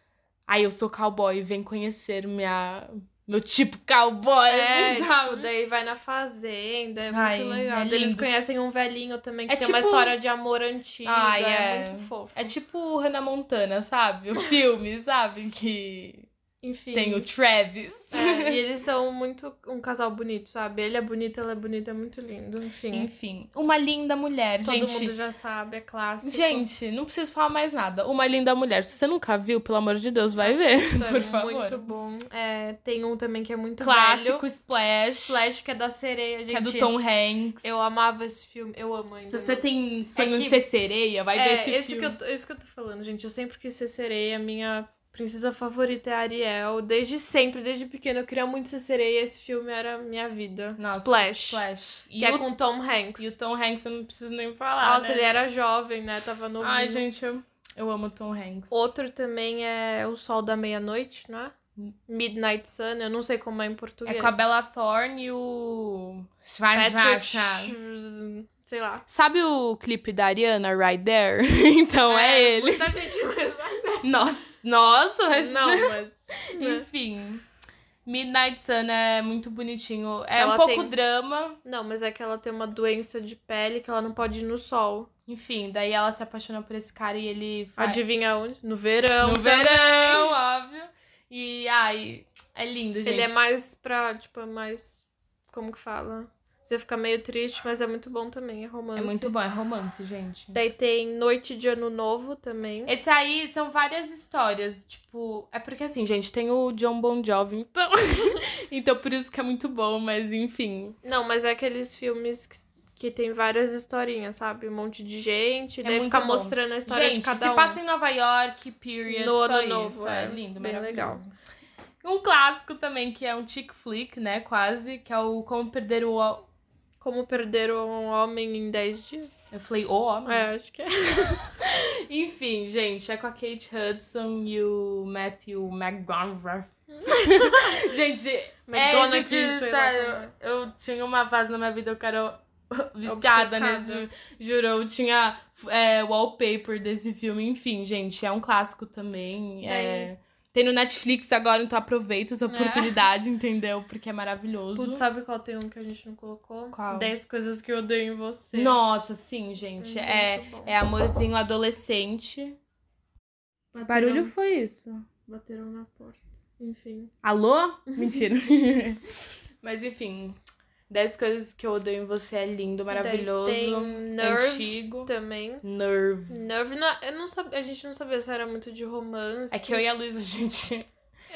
Speaker 1: ai, eu sou cowboy, vem conhecer minha, meu tipo cowboy,
Speaker 2: [LAUGHS] É,
Speaker 1: sabe?
Speaker 2: tipo, daí vai na fazenda, é
Speaker 1: Ai,
Speaker 2: muito legal.
Speaker 1: é
Speaker 2: Daí Eles
Speaker 1: lindo.
Speaker 2: conhecem um velhinho também, que
Speaker 1: É
Speaker 2: tem uma
Speaker 1: tipo-
Speaker 2: história de amor antiga,
Speaker 1: Ai,
Speaker 2: é,
Speaker 1: é.
Speaker 2: muito fofo.
Speaker 1: [LAUGHS] É tipo o Hannah Montana, sabe? O filme, [LAUGHS] sabe? Que
Speaker 2: Enfim.
Speaker 1: tem o Travis.
Speaker 2: é, e eles são muito um casal bonito, sabe? Ele é bonito, ela é bonita, é muito lindo, enfim.
Speaker 1: [LAUGHS] Enfim, uma linda mulher,
Speaker 2: Todo
Speaker 1: gente.
Speaker 2: mundo já sabe, é clássico.
Speaker 1: Gente, não preciso falar mais nada. Uma linda mulher. Se você nunca viu, pelo amor de Deus, vai ver, [LAUGHS]
Speaker 2: Então, é
Speaker 1: por favor.
Speaker 2: Muito bom. É, tem um também que é muito
Speaker 1: Clássico
Speaker 2: velho.
Speaker 1: Splash,
Speaker 2: Flash, que é da sereia, gente.
Speaker 1: que é do Tom Hanks.
Speaker 2: Eu amava esse filme, eu amo ainda.
Speaker 1: Se você tem sonho
Speaker 2: É
Speaker 1: de
Speaker 2: que- É,
Speaker 1: ser sereia, vai ver esse,
Speaker 2: esse
Speaker 1: filme.
Speaker 2: Que eu, tô- esse que eu tô falando, gente. Eu sempre quis ser sereia. Minha princesa favorita é a Ariel. Desde sempre, desde pequena, eu queria muito ser sereia. Esse filme era minha vida.
Speaker 1: Nossa,
Speaker 2: Splash.
Speaker 1: Splash.
Speaker 2: Que
Speaker 1: E,
Speaker 2: é
Speaker 1: o...
Speaker 2: com Tom Hanks.
Speaker 1: e o Tom Hanks, eu não preciso nem falar,
Speaker 2: Nossa,
Speaker 1: né?
Speaker 2: ele era jovem, né? Tava novinho.
Speaker 1: Ai, gente, eu, eu amo o Tom Hanks.
Speaker 2: Outro também é O Sol da Meia-Noite, não é? Midnight Sun, eu não sei como é em
Speaker 1: É
Speaker 2: português.
Speaker 1: com a Bella Thorne e o...
Speaker 2: Patrick...
Speaker 1: Schwarzenegger.
Speaker 2: Sch- Sei lá.
Speaker 1: Sabe o clipe da Ariana, Right There? [LAUGHS] Então é, ele. [LAUGHS]
Speaker 2: Muita gente [LAUGHS] mas...
Speaker 1: Nossa, nossa, mas... [LAUGHS]
Speaker 2: Não, mas... né?
Speaker 1: Enfim. Midnight Sun é muito bonitinho. É
Speaker 2: Ela
Speaker 1: um pouco
Speaker 2: tem-
Speaker 1: drama.
Speaker 2: Não, mas é que ela tem uma doença de pele que ela não pode ir no sol.
Speaker 1: Enfim, daí ela se apaixona por esse cara e ele vai
Speaker 2: Adivinha onde? No verão. tá?
Speaker 1: no
Speaker 2: também.
Speaker 1: verão, óbvio. E ai, é lindo, gente.
Speaker 2: Ele é mais pra, tipo, é mais. Como que fala? Você fica meio triste, mas é muito bom também, é romance.
Speaker 1: É muito bom, é romance, gente.
Speaker 2: Daí tem Noite de Ano Novo também.
Speaker 1: Esse aí são várias histórias, tipo, é porque assim, gente, tem o John Bon Jovi, então, [LAUGHS] então por isso que é muito bom, mas enfim,
Speaker 2: Não, mas é aqueles filmes que, que tem várias historinhas, sabe? Um monte de gente,
Speaker 1: É
Speaker 2: daí
Speaker 1: muito
Speaker 2: fica
Speaker 1: bom.
Speaker 2: mostrando a história
Speaker 1: gente,
Speaker 2: de cada
Speaker 1: se
Speaker 2: um.
Speaker 1: passa em Nova York, period,
Speaker 2: No
Speaker 1: só
Speaker 2: Ano
Speaker 1: isso.
Speaker 2: Novo,
Speaker 1: é,
Speaker 2: é.
Speaker 1: lindo,
Speaker 2: Bem
Speaker 1: maravilhoso.
Speaker 2: legal.
Speaker 1: Um clássico também, que é um chick flick, né, quase, que é o Como Perder o... Ho-
Speaker 2: Como perder um homem em 10 dias.
Speaker 1: Eu falei o homem?
Speaker 2: É, acho que é.
Speaker 1: Enfim, gente, é com a Kate Hudson e o Matthew
Speaker 2: [LAUGHS]
Speaker 1: McGonagall. gente, é esse filme,
Speaker 2: é
Speaker 1: sério, eu tinha uma fase na minha vida, eu quero... [LAUGHS] Viciada
Speaker 2: Obcecada.
Speaker 1: nesse filme. Juro, eu tinha é, wallpaper desse filme. Enfim, gente, é um clássico também. é- Tem no Netflix agora, então aproveita essa
Speaker 2: Né? [LAUGHS]
Speaker 1: oportunidade, entendeu? Porque é maravilhoso.
Speaker 2: Putz, sabe qual tem um que a gente não colocou?
Speaker 1: Qual?
Speaker 2: 10 coisas que eu odeio em você.
Speaker 1: Nossa, sim,
Speaker 2: Uhum.
Speaker 1: gente. É, é amorzinho adolescente. Barulho foi isso?
Speaker 2: Bateram na porta. Enfim. [LAUGHS]
Speaker 1: Alô? Mentira. [LAUGHS] Mas enfim, 10 coisas que eu odeio em você é lindo, maravilhoso.
Speaker 2: Daí Tem Nerve
Speaker 1: Antigo.
Speaker 2: também.
Speaker 1: Nerve.
Speaker 2: Nerve, não, eu não sabia, a gente não sabia se era muito de romance.
Speaker 1: É que eu e a Luísa, [LAUGHS] gente.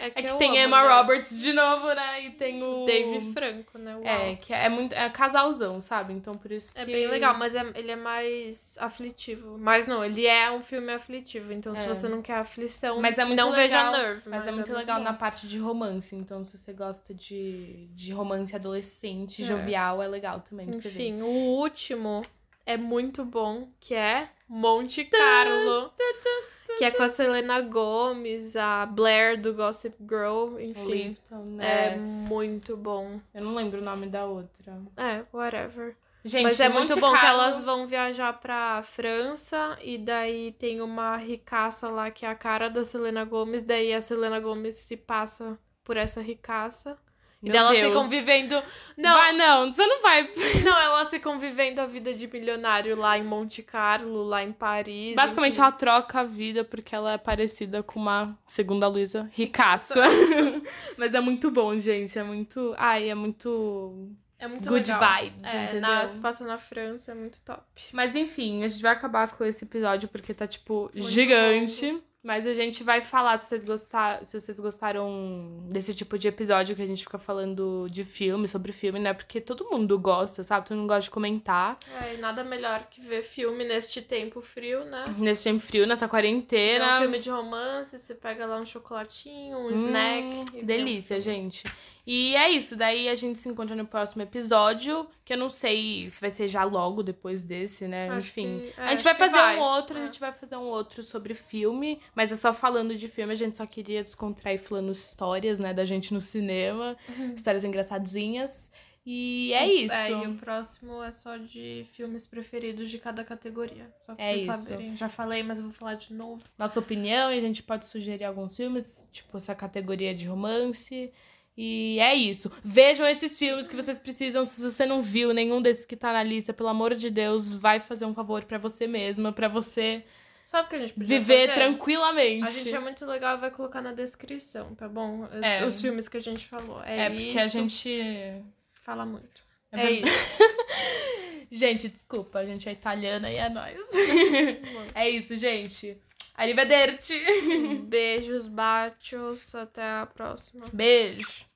Speaker 1: É que
Speaker 2: eu
Speaker 1: tem
Speaker 2: amo,
Speaker 1: Emma
Speaker 2: né?
Speaker 1: Roberts de novo, né? E tem o.
Speaker 2: Dave Franco, né? Uau.
Speaker 1: É, que é muito. É casalzão, sabe? Então por isso que.
Speaker 2: É bem legal, mas é- ele é mais aflitivo. Mas não, ele é um filme aflitivo. Então, se
Speaker 1: É.
Speaker 2: você não quer aflição,
Speaker 1: Mas é muito
Speaker 2: não
Speaker 1: legal,
Speaker 2: veja Nerve.
Speaker 1: Mas é muito legal
Speaker 2: bom.
Speaker 1: na parte de romance, então se você gosta de, de romance adolescente,
Speaker 2: É.
Speaker 1: jovial, é legal também pra você ver.
Speaker 2: Enfim, o último é muito bom, que é Monte
Speaker 1: Tá,
Speaker 2: Carlo. Que é com a Selena Gomes, a Blair do Gossip Girl, enfim.
Speaker 1: Clifton,
Speaker 2: É
Speaker 1: né?
Speaker 2: muito bom.
Speaker 1: Eu não lembro o nome da outra.
Speaker 2: É, whatever.
Speaker 1: Gente, um
Speaker 2: Mas é muito
Speaker 1: Monte
Speaker 2: bom que
Speaker 1: Carlo-
Speaker 2: elas vão viajar pra França e daí tem uma ricaça lá que é a cara da Selena Gomes, daí a Selena Gomes se passa por essa ricaça. E
Speaker 1: Meu
Speaker 2: daí elas
Speaker 1: Deus.
Speaker 2: ficam vivendo.
Speaker 1: Não.
Speaker 2: Não,
Speaker 1: Vai, não, você não vai.
Speaker 2: não, elas ficam vivendo a vida de milionário lá em Monte Carlo, lá em Paris.
Speaker 1: Basicamente,
Speaker 2: enfim.
Speaker 1: ela troca a vida porque ela é parecida com uma, segundo a Luísa, ricaça. [LAUGHS] Mas é muito bom, gente. É muito. Ai, é muito.
Speaker 2: é muito
Speaker 1: good
Speaker 2: legal.
Speaker 1: vibes,
Speaker 2: É,
Speaker 1: entendeu?
Speaker 2: na, se passa na França, é muito top.
Speaker 1: Mas enfim, a gente vai acabar com esse episódio porque tá, tipo,
Speaker 2: Muito
Speaker 1: gigante. Mas a gente vai falar se vocês, gostar, se vocês gostaram desse tipo de episódio que a gente fica falando de filme, sobre filme, né? Porque todo mundo gosta, sabe? Todo mundo gosta de comentar.
Speaker 2: É, e nada melhor que ver filme neste tempo frio, né?
Speaker 1: Nesse tempo frio, nessa
Speaker 2: É um
Speaker 1: quarentena.
Speaker 2: filme de romance, você pega lá um chocolatinho, um snack. e
Speaker 1: Hum, delícia, gente. E é isso. Daí a gente se encontra no próximo episódio. Que eu não sei se vai ser já logo depois desse, né?
Speaker 2: Acho
Speaker 1: Enfim.
Speaker 2: que- é,
Speaker 1: A gente
Speaker 2: acho
Speaker 1: vai
Speaker 2: que
Speaker 1: fazer
Speaker 2: vai.
Speaker 1: um outro,
Speaker 2: É.
Speaker 1: a gente vai fazer um outro sobre filme, mas é só falando de filme, a gente só queria descontrair falando histórias, né, da gente no cinema, histórias engraçadinhas. E é isso.
Speaker 2: Uhum. É, e o próximo é só de filmes preferidos de cada categoria. Só pra
Speaker 1: É
Speaker 2: vocês
Speaker 1: isso.
Speaker 2: saberem. Já falei, mas eu vou falar de novo.
Speaker 1: Nossa opinião, e a gente pode sugerir alguns filmes, tipo essa categoria de romance. E é isso. Vejam esses filmes que vocês precisam. Se você não viu nenhum desses que tá na lista, pelo amor de Deus, vai fazer um favor pra você mesma, pra você
Speaker 2: Sabe o que a gente podia
Speaker 1: viver
Speaker 2: fazer?
Speaker 1: tranquilamente.
Speaker 2: A gente é muito legal e vai colocar na descrição, tá bom? Os,
Speaker 1: É.
Speaker 2: os filmes que a gente falou. É,
Speaker 1: É, porque a
Speaker 2: isso. É
Speaker 1: gente [LAUGHS]
Speaker 2: Fala muito.
Speaker 1: É
Speaker 2: É,
Speaker 1: verdade.
Speaker 2: isso.
Speaker 1: Gente, desculpa, a gente é italiana e é nóis. [LAUGHS]
Speaker 2: Bom,
Speaker 1: É isso, gente. Arrivederci.
Speaker 2: Beijos, bachos. Até a próxima.
Speaker 1: Beijo.